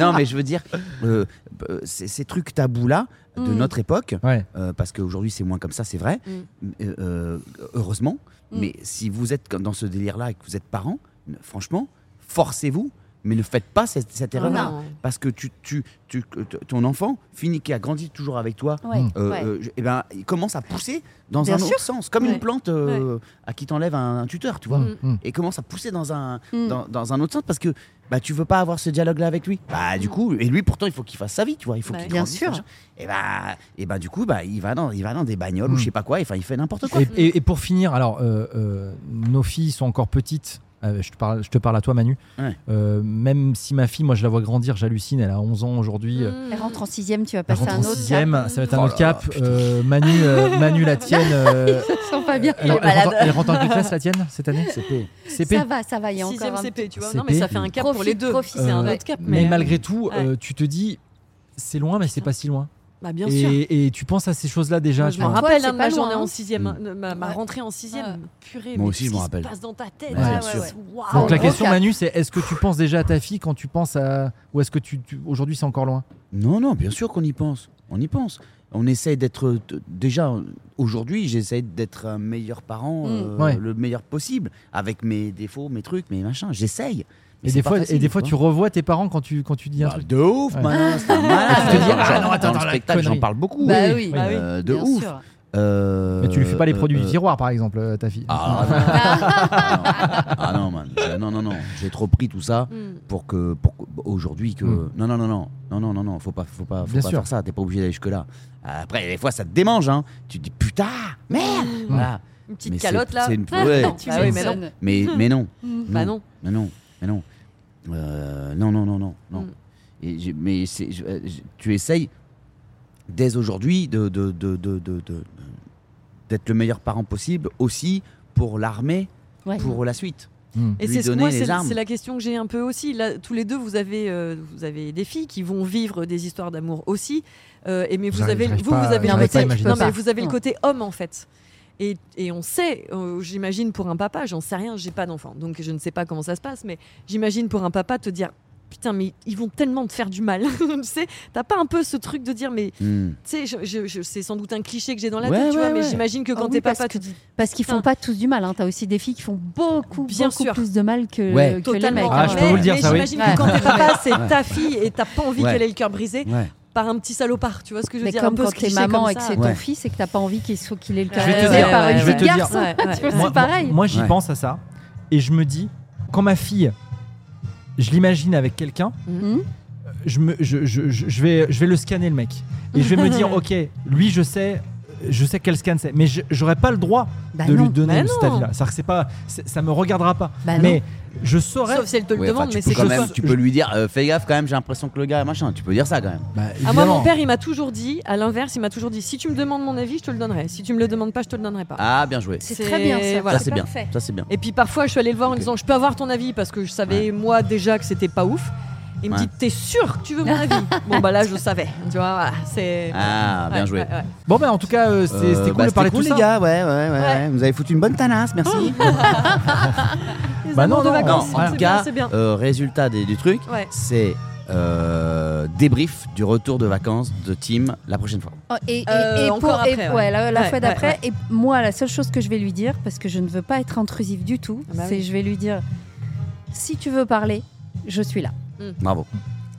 [SPEAKER 3] non mais je veux dire euh, euh, ces, ces trucs tabous là de
[SPEAKER 4] Mm.
[SPEAKER 3] notre époque
[SPEAKER 1] Ouais.
[SPEAKER 3] euh, parce qu'aujourd'hui c'est moins comme ça c'est vrai
[SPEAKER 4] Mm.
[SPEAKER 3] euh, euh, heureusement
[SPEAKER 2] Mm.
[SPEAKER 3] mais si vous êtes comme dans ce délire là et que vous êtes parents ne- franchement forcez-vous mais ne faites pas cette, cette
[SPEAKER 4] ouais.
[SPEAKER 3] erreur là
[SPEAKER 4] Non.
[SPEAKER 3] parce que tu, tu, tu- que t- ton enfant finit qui a grandi toujours avec toi
[SPEAKER 2] Ouais,
[SPEAKER 1] Mm.
[SPEAKER 3] euh,
[SPEAKER 2] ouais.
[SPEAKER 3] euh, je- eh ben, il commence à pousser dans
[SPEAKER 2] Bien
[SPEAKER 3] un
[SPEAKER 2] sûr.
[SPEAKER 3] autre sens, comme
[SPEAKER 4] Ouais.
[SPEAKER 3] une plante euh, à qui t'enlève un, un tuteur, tu vois,
[SPEAKER 4] Mm.
[SPEAKER 1] Mm.
[SPEAKER 3] et commence à pousser dans un,
[SPEAKER 2] Mm.
[SPEAKER 3] dans, dans un autre sens parce que bah, tu veux pas avoir ce dialogue-là avec lui. Bah, du coup, et lui pourtant, il faut qu'il fasse sa vie, tu vois, il faut
[SPEAKER 4] Ouais.
[SPEAKER 3] qu'il
[SPEAKER 2] Mm. Bah Bien
[SPEAKER 3] grandisse,
[SPEAKER 2] sûr.
[SPEAKER 3] machin. Et bah, et bah, du coup, bah, il, va dans, il va dans des bagnoles ou
[SPEAKER 1] Mm.
[SPEAKER 3] je sais pas quoi, et enfin, il fait n'importe quoi.
[SPEAKER 1] Et, et- et pour finir, alors, euh, euh, nos filles sont encore petites. Euh, je, te parle, je te parle à toi, Manu.
[SPEAKER 3] Ouais.
[SPEAKER 1] Euh, même si ma fille, moi, je la vois grandir, j'hallucine. Elle a 11 ans aujourd'hui. euh,
[SPEAKER 4] Mm.
[SPEAKER 2] Elle rentre en sixième, tu vas
[SPEAKER 1] Elle
[SPEAKER 2] passer
[SPEAKER 1] rentre
[SPEAKER 2] un
[SPEAKER 1] en
[SPEAKER 2] autre. cap.
[SPEAKER 1] sixième, ça va être un
[SPEAKER 3] Oh
[SPEAKER 1] autre
[SPEAKER 3] là là,
[SPEAKER 1] cap.
[SPEAKER 3] putain.
[SPEAKER 1] Euh, Manu, euh, Manu, la tienne. euh,
[SPEAKER 2] Ça sent pas bien.
[SPEAKER 1] elle, elle rentre, elle rentre en quelle classe la tienne cette année
[SPEAKER 3] C'était-
[SPEAKER 1] CP.
[SPEAKER 2] Ça va, ça va, il y a encore
[SPEAKER 4] Sixième
[SPEAKER 2] un
[SPEAKER 4] CP, tu vois.
[SPEAKER 1] CP.
[SPEAKER 4] Non, mais ça fait un cap pour
[SPEAKER 2] Profite,
[SPEAKER 4] les deux.
[SPEAKER 2] profite.
[SPEAKER 4] C'est un
[SPEAKER 1] Euh,
[SPEAKER 4] autre cap.
[SPEAKER 1] Mais
[SPEAKER 4] euh,
[SPEAKER 1] malgré tout,
[SPEAKER 4] ouais.
[SPEAKER 1] euh, tu te dis, c'est loin, mais c'est pas si loin.
[SPEAKER 4] Bah, bien sûr.
[SPEAKER 1] Et, et tu penses à ces choses-là déjà.
[SPEAKER 4] Moi,
[SPEAKER 1] tu
[SPEAKER 4] je m'en
[SPEAKER 1] vois.
[SPEAKER 2] toi,
[SPEAKER 4] rappelle
[SPEAKER 2] c'est
[SPEAKER 4] hein, de
[SPEAKER 2] pas
[SPEAKER 4] ma
[SPEAKER 2] loin,
[SPEAKER 4] journée
[SPEAKER 2] hein.
[SPEAKER 4] en sixième, hein, ma, ma
[SPEAKER 2] Ouais.
[SPEAKER 4] rentrée en sixième. Purée,
[SPEAKER 3] Moi
[SPEAKER 4] mais
[SPEAKER 3] aussi,
[SPEAKER 4] qu'est-ce
[SPEAKER 3] je m'en
[SPEAKER 4] qui
[SPEAKER 3] rappelle.
[SPEAKER 4] se passe dans ta tête
[SPEAKER 3] Ouais,
[SPEAKER 4] là,
[SPEAKER 3] bien
[SPEAKER 4] ouais,
[SPEAKER 3] sûr.
[SPEAKER 4] ouais. Waouh.
[SPEAKER 1] Donc la
[SPEAKER 2] Wow.
[SPEAKER 1] question,
[SPEAKER 2] Gros
[SPEAKER 1] Manu, c'est est-ce que tu penses déjà à ta fille quand tu penses à. Ou est-ce que tu, tu- aujourd'hui c'est encore loin
[SPEAKER 3] Non, non, bien sûr qu'on y pense. On y pense. On essaye d'être. t- Déjà, aujourd'hui, j'essaye d'être un meilleur parent,
[SPEAKER 2] Mm.
[SPEAKER 3] euh,
[SPEAKER 1] Ouais.
[SPEAKER 3] le meilleur possible, avec mes défauts, mes trucs, mes machins. J'essaye. Mais
[SPEAKER 1] et
[SPEAKER 3] c'est
[SPEAKER 1] des,
[SPEAKER 3] pas
[SPEAKER 1] fois,
[SPEAKER 3] facile,
[SPEAKER 1] et des fois,
[SPEAKER 3] vois.
[SPEAKER 1] tu revois tes parents quand tu, quand tu dis un
[SPEAKER 3] Bah,
[SPEAKER 1] truc.
[SPEAKER 3] De ouf,
[SPEAKER 1] Ouais.
[SPEAKER 3] maintenant, c'est malade.
[SPEAKER 1] Et tu te dis,
[SPEAKER 3] Genre,
[SPEAKER 1] ah non, attends,
[SPEAKER 3] dans
[SPEAKER 1] attends, la
[SPEAKER 3] le spectacle, j'en
[SPEAKER 1] connerie.
[SPEAKER 3] parle beaucoup.
[SPEAKER 2] Bah oui,
[SPEAKER 1] bah
[SPEAKER 3] Euh, de
[SPEAKER 2] bien
[SPEAKER 3] ouf.
[SPEAKER 2] sûr.
[SPEAKER 3] Euh,
[SPEAKER 1] Mais tu lui fais pas les
[SPEAKER 3] euh,
[SPEAKER 1] produits
[SPEAKER 3] euh,
[SPEAKER 1] du tiroir, par exemple, euh, ta fille.
[SPEAKER 3] Ah non,
[SPEAKER 2] Bah,
[SPEAKER 3] ah non, man. Euh, non, non, non. J'ai trop pris tout ça
[SPEAKER 4] Mm.
[SPEAKER 3] pour que pour que- aujourd'hui que
[SPEAKER 1] Mm.
[SPEAKER 3] non non non non non non non non faut pas faut pas faut
[SPEAKER 1] Bien
[SPEAKER 3] pas
[SPEAKER 1] sûr.
[SPEAKER 3] faire ça t'es pas obligé d'aller jusque là après des fois ça te démange hein tu te dis putain merde
[SPEAKER 1] Hmm.
[SPEAKER 3] voilà
[SPEAKER 4] Une petite
[SPEAKER 3] Mais c'est-
[SPEAKER 4] calotte là.
[SPEAKER 3] c'est une- ouais,
[SPEAKER 4] Non,
[SPEAKER 3] tu
[SPEAKER 4] bah oui, mais non.
[SPEAKER 3] m'étonnes. mais mais non
[SPEAKER 2] Mm.
[SPEAKER 4] Bah non.
[SPEAKER 3] mais non mais non Euh, non non non non non
[SPEAKER 4] Mm.
[SPEAKER 3] Et j'ai- mais c'est- je- euh, je- tu essayes dès aujourd'hui de de- de- de- de- de- d'être le meilleur parent possible aussi pour l'armée
[SPEAKER 2] Ouais.
[SPEAKER 3] pour la suite
[SPEAKER 1] Mm.
[SPEAKER 4] Et
[SPEAKER 3] lui
[SPEAKER 4] c'est ce que
[SPEAKER 3] donner
[SPEAKER 4] moi,
[SPEAKER 3] les
[SPEAKER 4] c'est
[SPEAKER 3] armes.
[SPEAKER 4] c'est la question que j'ai un peu aussi. Là, tous les deux, vous avez, euh, vous avez des filles qui vont vivre des histoires d'amour aussi. Euh, et mais vous
[SPEAKER 1] J'arrive-
[SPEAKER 4] avez, vous,
[SPEAKER 1] j'arrive
[SPEAKER 4] vous
[SPEAKER 1] pas-
[SPEAKER 4] avez
[SPEAKER 1] j'arrive
[SPEAKER 4] le
[SPEAKER 1] pas à
[SPEAKER 4] côté,
[SPEAKER 1] imaginer
[SPEAKER 4] non,
[SPEAKER 2] ça.
[SPEAKER 4] mais vous avez le
[SPEAKER 2] Non.
[SPEAKER 4] côté homme en fait. Et, et on sait, euh, j'imagine pour un papa, j'en sais rien, j'ai pas d'enfant, donc je ne sais pas comment ça se passe, mais j'imagine pour un papa te dire. Putain, mais ils vont tellement te faire du mal. tu sais, t'as pas un peu ce truc de dire, mais tu
[SPEAKER 3] Mm.
[SPEAKER 4] sais, je- je- je- c'est sans doute un cliché que j'ai dans la
[SPEAKER 3] Ouais,
[SPEAKER 4] tête, tu
[SPEAKER 3] ouais,
[SPEAKER 4] vois, mais
[SPEAKER 3] ouais.
[SPEAKER 4] j'imagine que
[SPEAKER 2] Ah
[SPEAKER 4] quand
[SPEAKER 2] oui,
[SPEAKER 4] t'es
[SPEAKER 2] parce
[SPEAKER 4] papa,
[SPEAKER 2] que-
[SPEAKER 4] tu te dis,
[SPEAKER 2] Parce qu'ils font
[SPEAKER 4] Putain.
[SPEAKER 2] pas tous du mal. Hein. T'as aussi des filles qui font beaucoup,
[SPEAKER 4] Bien
[SPEAKER 2] beaucoup
[SPEAKER 4] sûr.
[SPEAKER 2] plus de mal que,
[SPEAKER 3] Ouais.
[SPEAKER 2] que les mecs.
[SPEAKER 4] Totalement.
[SPEAKER 2] hein.
[SPEAKER 1] Ah, je peux vous le dire,
[SPEAKER 4] mais
[SPEAKER 1] ça, oui.
[SPEAKER 4] J'imagine que quand t'es papa, c'est ta fille et t'as pas envie
[SPEAKER 3] Ouais.
[SPEAKER 4] qu'elle ait le cœur brisé
[SPEAKER 3] ouais
[SPEAKER 4] par un petit salopard. Tu vois ce que je veux
[SPEAKER 2] Mais
[SPEAKER 4] dire un
[SPEAKER 2] comme
[SPEAKER 4] peu
[SPEAKER 2] quand
[SPEAKER 4] ce
[SPEAKER 2] t'es
[SPEAKER 4] cliché
[SPEAKER 2] maman
[SPEAKER 4] comme
[SPEAKER 2] et que
[SPEAKER 4] ça.
[SPEAKER 2] c'est ton
[SPEAKER 3] Ouais.
[SPEAKER 2] fils et que t'as pas envie qu'il soit qu'il ait le
[SPEAKER 4] Je
[SPEAKER 2] cœur
[SPEAKER 4] vais te
[SPEAKER 2] brisé
[SPEAKER 4] dire,
[SPEAKER 2] par
[SPEAKER 4] ouais,
[SPEAKER 2] une
[SPEAKER 4] je vais
[SPEAKER 2] petite
[SPEAKER 4] te
[SPEAKER 1] dire.
[SPEAKER 2] garce.
[SPEAKER 4] Ouais, ouais.
[SPEAKER 2] Tu vois,
[SPEAKER 1] Moi-
[SPEAKER 2] C'est pareil.
[SPEAKER 1] Moi, moi, j'y
[SPEAKER 3] Ouais.
[SPEAKER 1] pense à ça. Et je me dis, quand ma fille, je l'imagine avec quelqu'un,
[SPEAKER 2] Mhm.
[SPEAKER 1] je, me, je, je- je- je vais, je vais le scanner, le mec. Et je vais me dire, ok, lui, je sais. Je sais quel scan c'est, mais je- j'aurais pas le droit
[SPEAKER 2] Bah
[SPEAKER 1] de lui
[SPEAKER 2] non.
[SPEAKER 1] donner
[SPEAKER 4] Bah
[SPEAKER 1] le
[SPEAKER 4] non.
[SPEAKER 1] stade là. C'est-à-dire que c'est pas, c'est- ça me regardera pas.
[SPEAKER 2] Bah non.
[SPEAKER 1] mais je saurais.
[SPEAKER 4] Sauf si elle te le
[SPEAKER 3] Ouais, enfin,
[SPEAKER 4] demande,
[SPEAKER 3] tu
[SPEAKER 4] mais
[SPEAKER 3] peux
[SPEAKER 4] c'est
[SPEAKER 3] quand
[SPEAKER 4] que
[SPEAKER 3] même-
[SPEAKER 4] ça.
[SPEAKER 3] tu peux lui dire euh, fais gaffe quand même j'ai l'impression que le gars est machin tu peux dire ça quand même
[SPEAKER 4] Ah,
[SPEAKER 1] Bah,
[SPEAKER 4] moi,
[SPEAKER 1] évidemment.
[SPEAKER 4] mon père, il m'a toujours dit, à l'inverse, il m'a toujours dit si tu me demandes mon avis, je te le donnerai. Si tu me le demandes pas, je te le donnerai pas.
[SPEAKER 3] ah bien joué
[SPEAKER 2] C'est
[SPEAKER 4] C'est-
[SPEAKER 2] très bien ça.
[SPEAKER 4] voilà.
[SPEAKER 3] ça c'est bien
[SPEAKER 2] parfait.
[SPEAKER 3] ça c'est bien
[SPEAKER 4] Et puis parfois, je suis allée le voir en
[SPEAKER 3] Ok.
[SPEAKER 4] disant je peux avoir ton avis parce que je savais, moi, déjà que c'était pas ouf. Il me
[SPEAKER 3] Ouais.
[SPEAKER 4] dit t'es sûr que tu veux mon avis Bon, bah là, je savais. Tu vois, voilà, c'est.
[SPEAKER 3] ah bien
[SPEAKER 4] Ouais,
[SPEAKER 3] joué
[SPEAKER 4] ouais, ouais.
[SPEAKER 1] Bon, bah, en tout cas, euh, c'était
[SPEAKER 3] Euh,
[SPEAKER 1] c'était cool
[SPEAKER 3] bah,
[SPEAKER 1] de parler de tout
[SPEAKER 3] les
[SPEAKER 1] ça.
[SPEAKER 3] gars ouais ouais, ouais ouais vous avez foutu une bonne tanasse merci
[SPEAKER 4] Les
[SPEAKER 1] Bah
[SPEAKER 4] amours de
[SPEAKER 1] non, Bah non,
[SPEAKER 3] Non,
[SPEAKER 4] vacances,
[SPEAKER 1] Vacances,
[SPEAKER 3] en
[SPEAKER 4] c'est
[SPEAKER 3] tout
[SPEAKER 4] bien,
[SPEAKER 3] cas,
[SPEAKER 4] c'est bien.
[SPEAKER 3] euh, résultat des- du truc,
[SPEAKER 4] Ouais.
[SPEAKER 3] c'est euh, débrief du retour de vacances de Tim la prochaine fois.
[SPEAKER 2] Oh, Et, et-
[SPEAKER 4] Euh,
[SPEAKER 2] et
[SPEAKER 4] encore
[SPEAKER 2] pour- et-
[SPEAKER 4] après, ouais.
[SPEAKER 2] ouais, la, la
[SPEAKER 4] Ouais,
[SPEAKER 2] fois
[SPEAKER 4] ouais,
[SPEAKER 2] d'après.
[SPEAKER 4] ouais.
[SPEAKER 2] Et moi, la seule chose que je vais lui dire, parce que je ne veux pas être intrusive du tout,
[SPEAKER 4] Ah bah
[SPEAKER 2] c'est
[SPEAKER 4] oui.
[SPEAKER 2] je vais lui dire si tu veux parler, je suis là.
[SPEAKER 3] Bravo.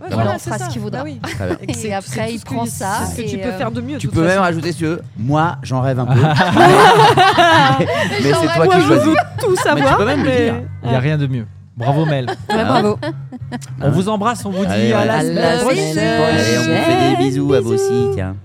[SPEAKER 4] Ouais,
[SPEAKER 3] Il
[SPEAKER 4] voilà,
[SPEAKER 2] en fera
[SPEAKER 4] c'est
[SPEAKER 2] ce
[SPEAKER 4] ça.
[SPEAKER 2] qu'il voudra.
[SPEAKER 4] Bah oui.
[SPEAKER 3] Très bien.
[SPEAKER 4] Et que c'est-
[SPEAKER 2] Et
[SPEAKER 4] c'est
[SPEAKER 2] après,
[SPEAKER 4] tout
[SPEAKER 2] il
[SPEAKER 4] ce que-
[SPEAKER 2] prend ça
[SPEAKER 4] C'est ce que
[SPEAKER 2] et,
[SPEAKER 4] tu peux
[SPEAKER 2] euh,
[SPEAKER 4] faire de mieux. de
[SPEAKER 3] Tu
[SPEAKER 4] toute
[SPEAKER 3] peux même
[SPEAKER 4] façon.
[SPEAKER 3] rajouter si tu veux. Moi, j'en rêve un peu. mais mais c'est toi
[SPEAKER 4] Moi,
[SPEAKER 3] qui
[SPEAKER 4] je veux
[SPEAKER 3] choisis.
[SPEAKER 4] tout savoir.
[SPEAKER 3] peux même le dire.
[SPEAKER 1] Il n'y a rien de mieux. Bravo Mel.
[SPEAKER 3] Ah.
[SPEAKER 2] bravo.
[SPEAKER 1] On vous embrasse, on vous dit
[SPEAKER 3] Allez,
[SPEAKER 1] à
[SPEAKER 3] ouais.
[SPEAKER 1] la
[SPEAKER 4] À
[SPEAKER 1] semaine
[SPEAKER 4] la
[SPEAKER 1] prochaine.
[SPEAKER 4] semaine
[SPEAKER 3] Allez, on vous fait des bisous à vous aussi, tiens.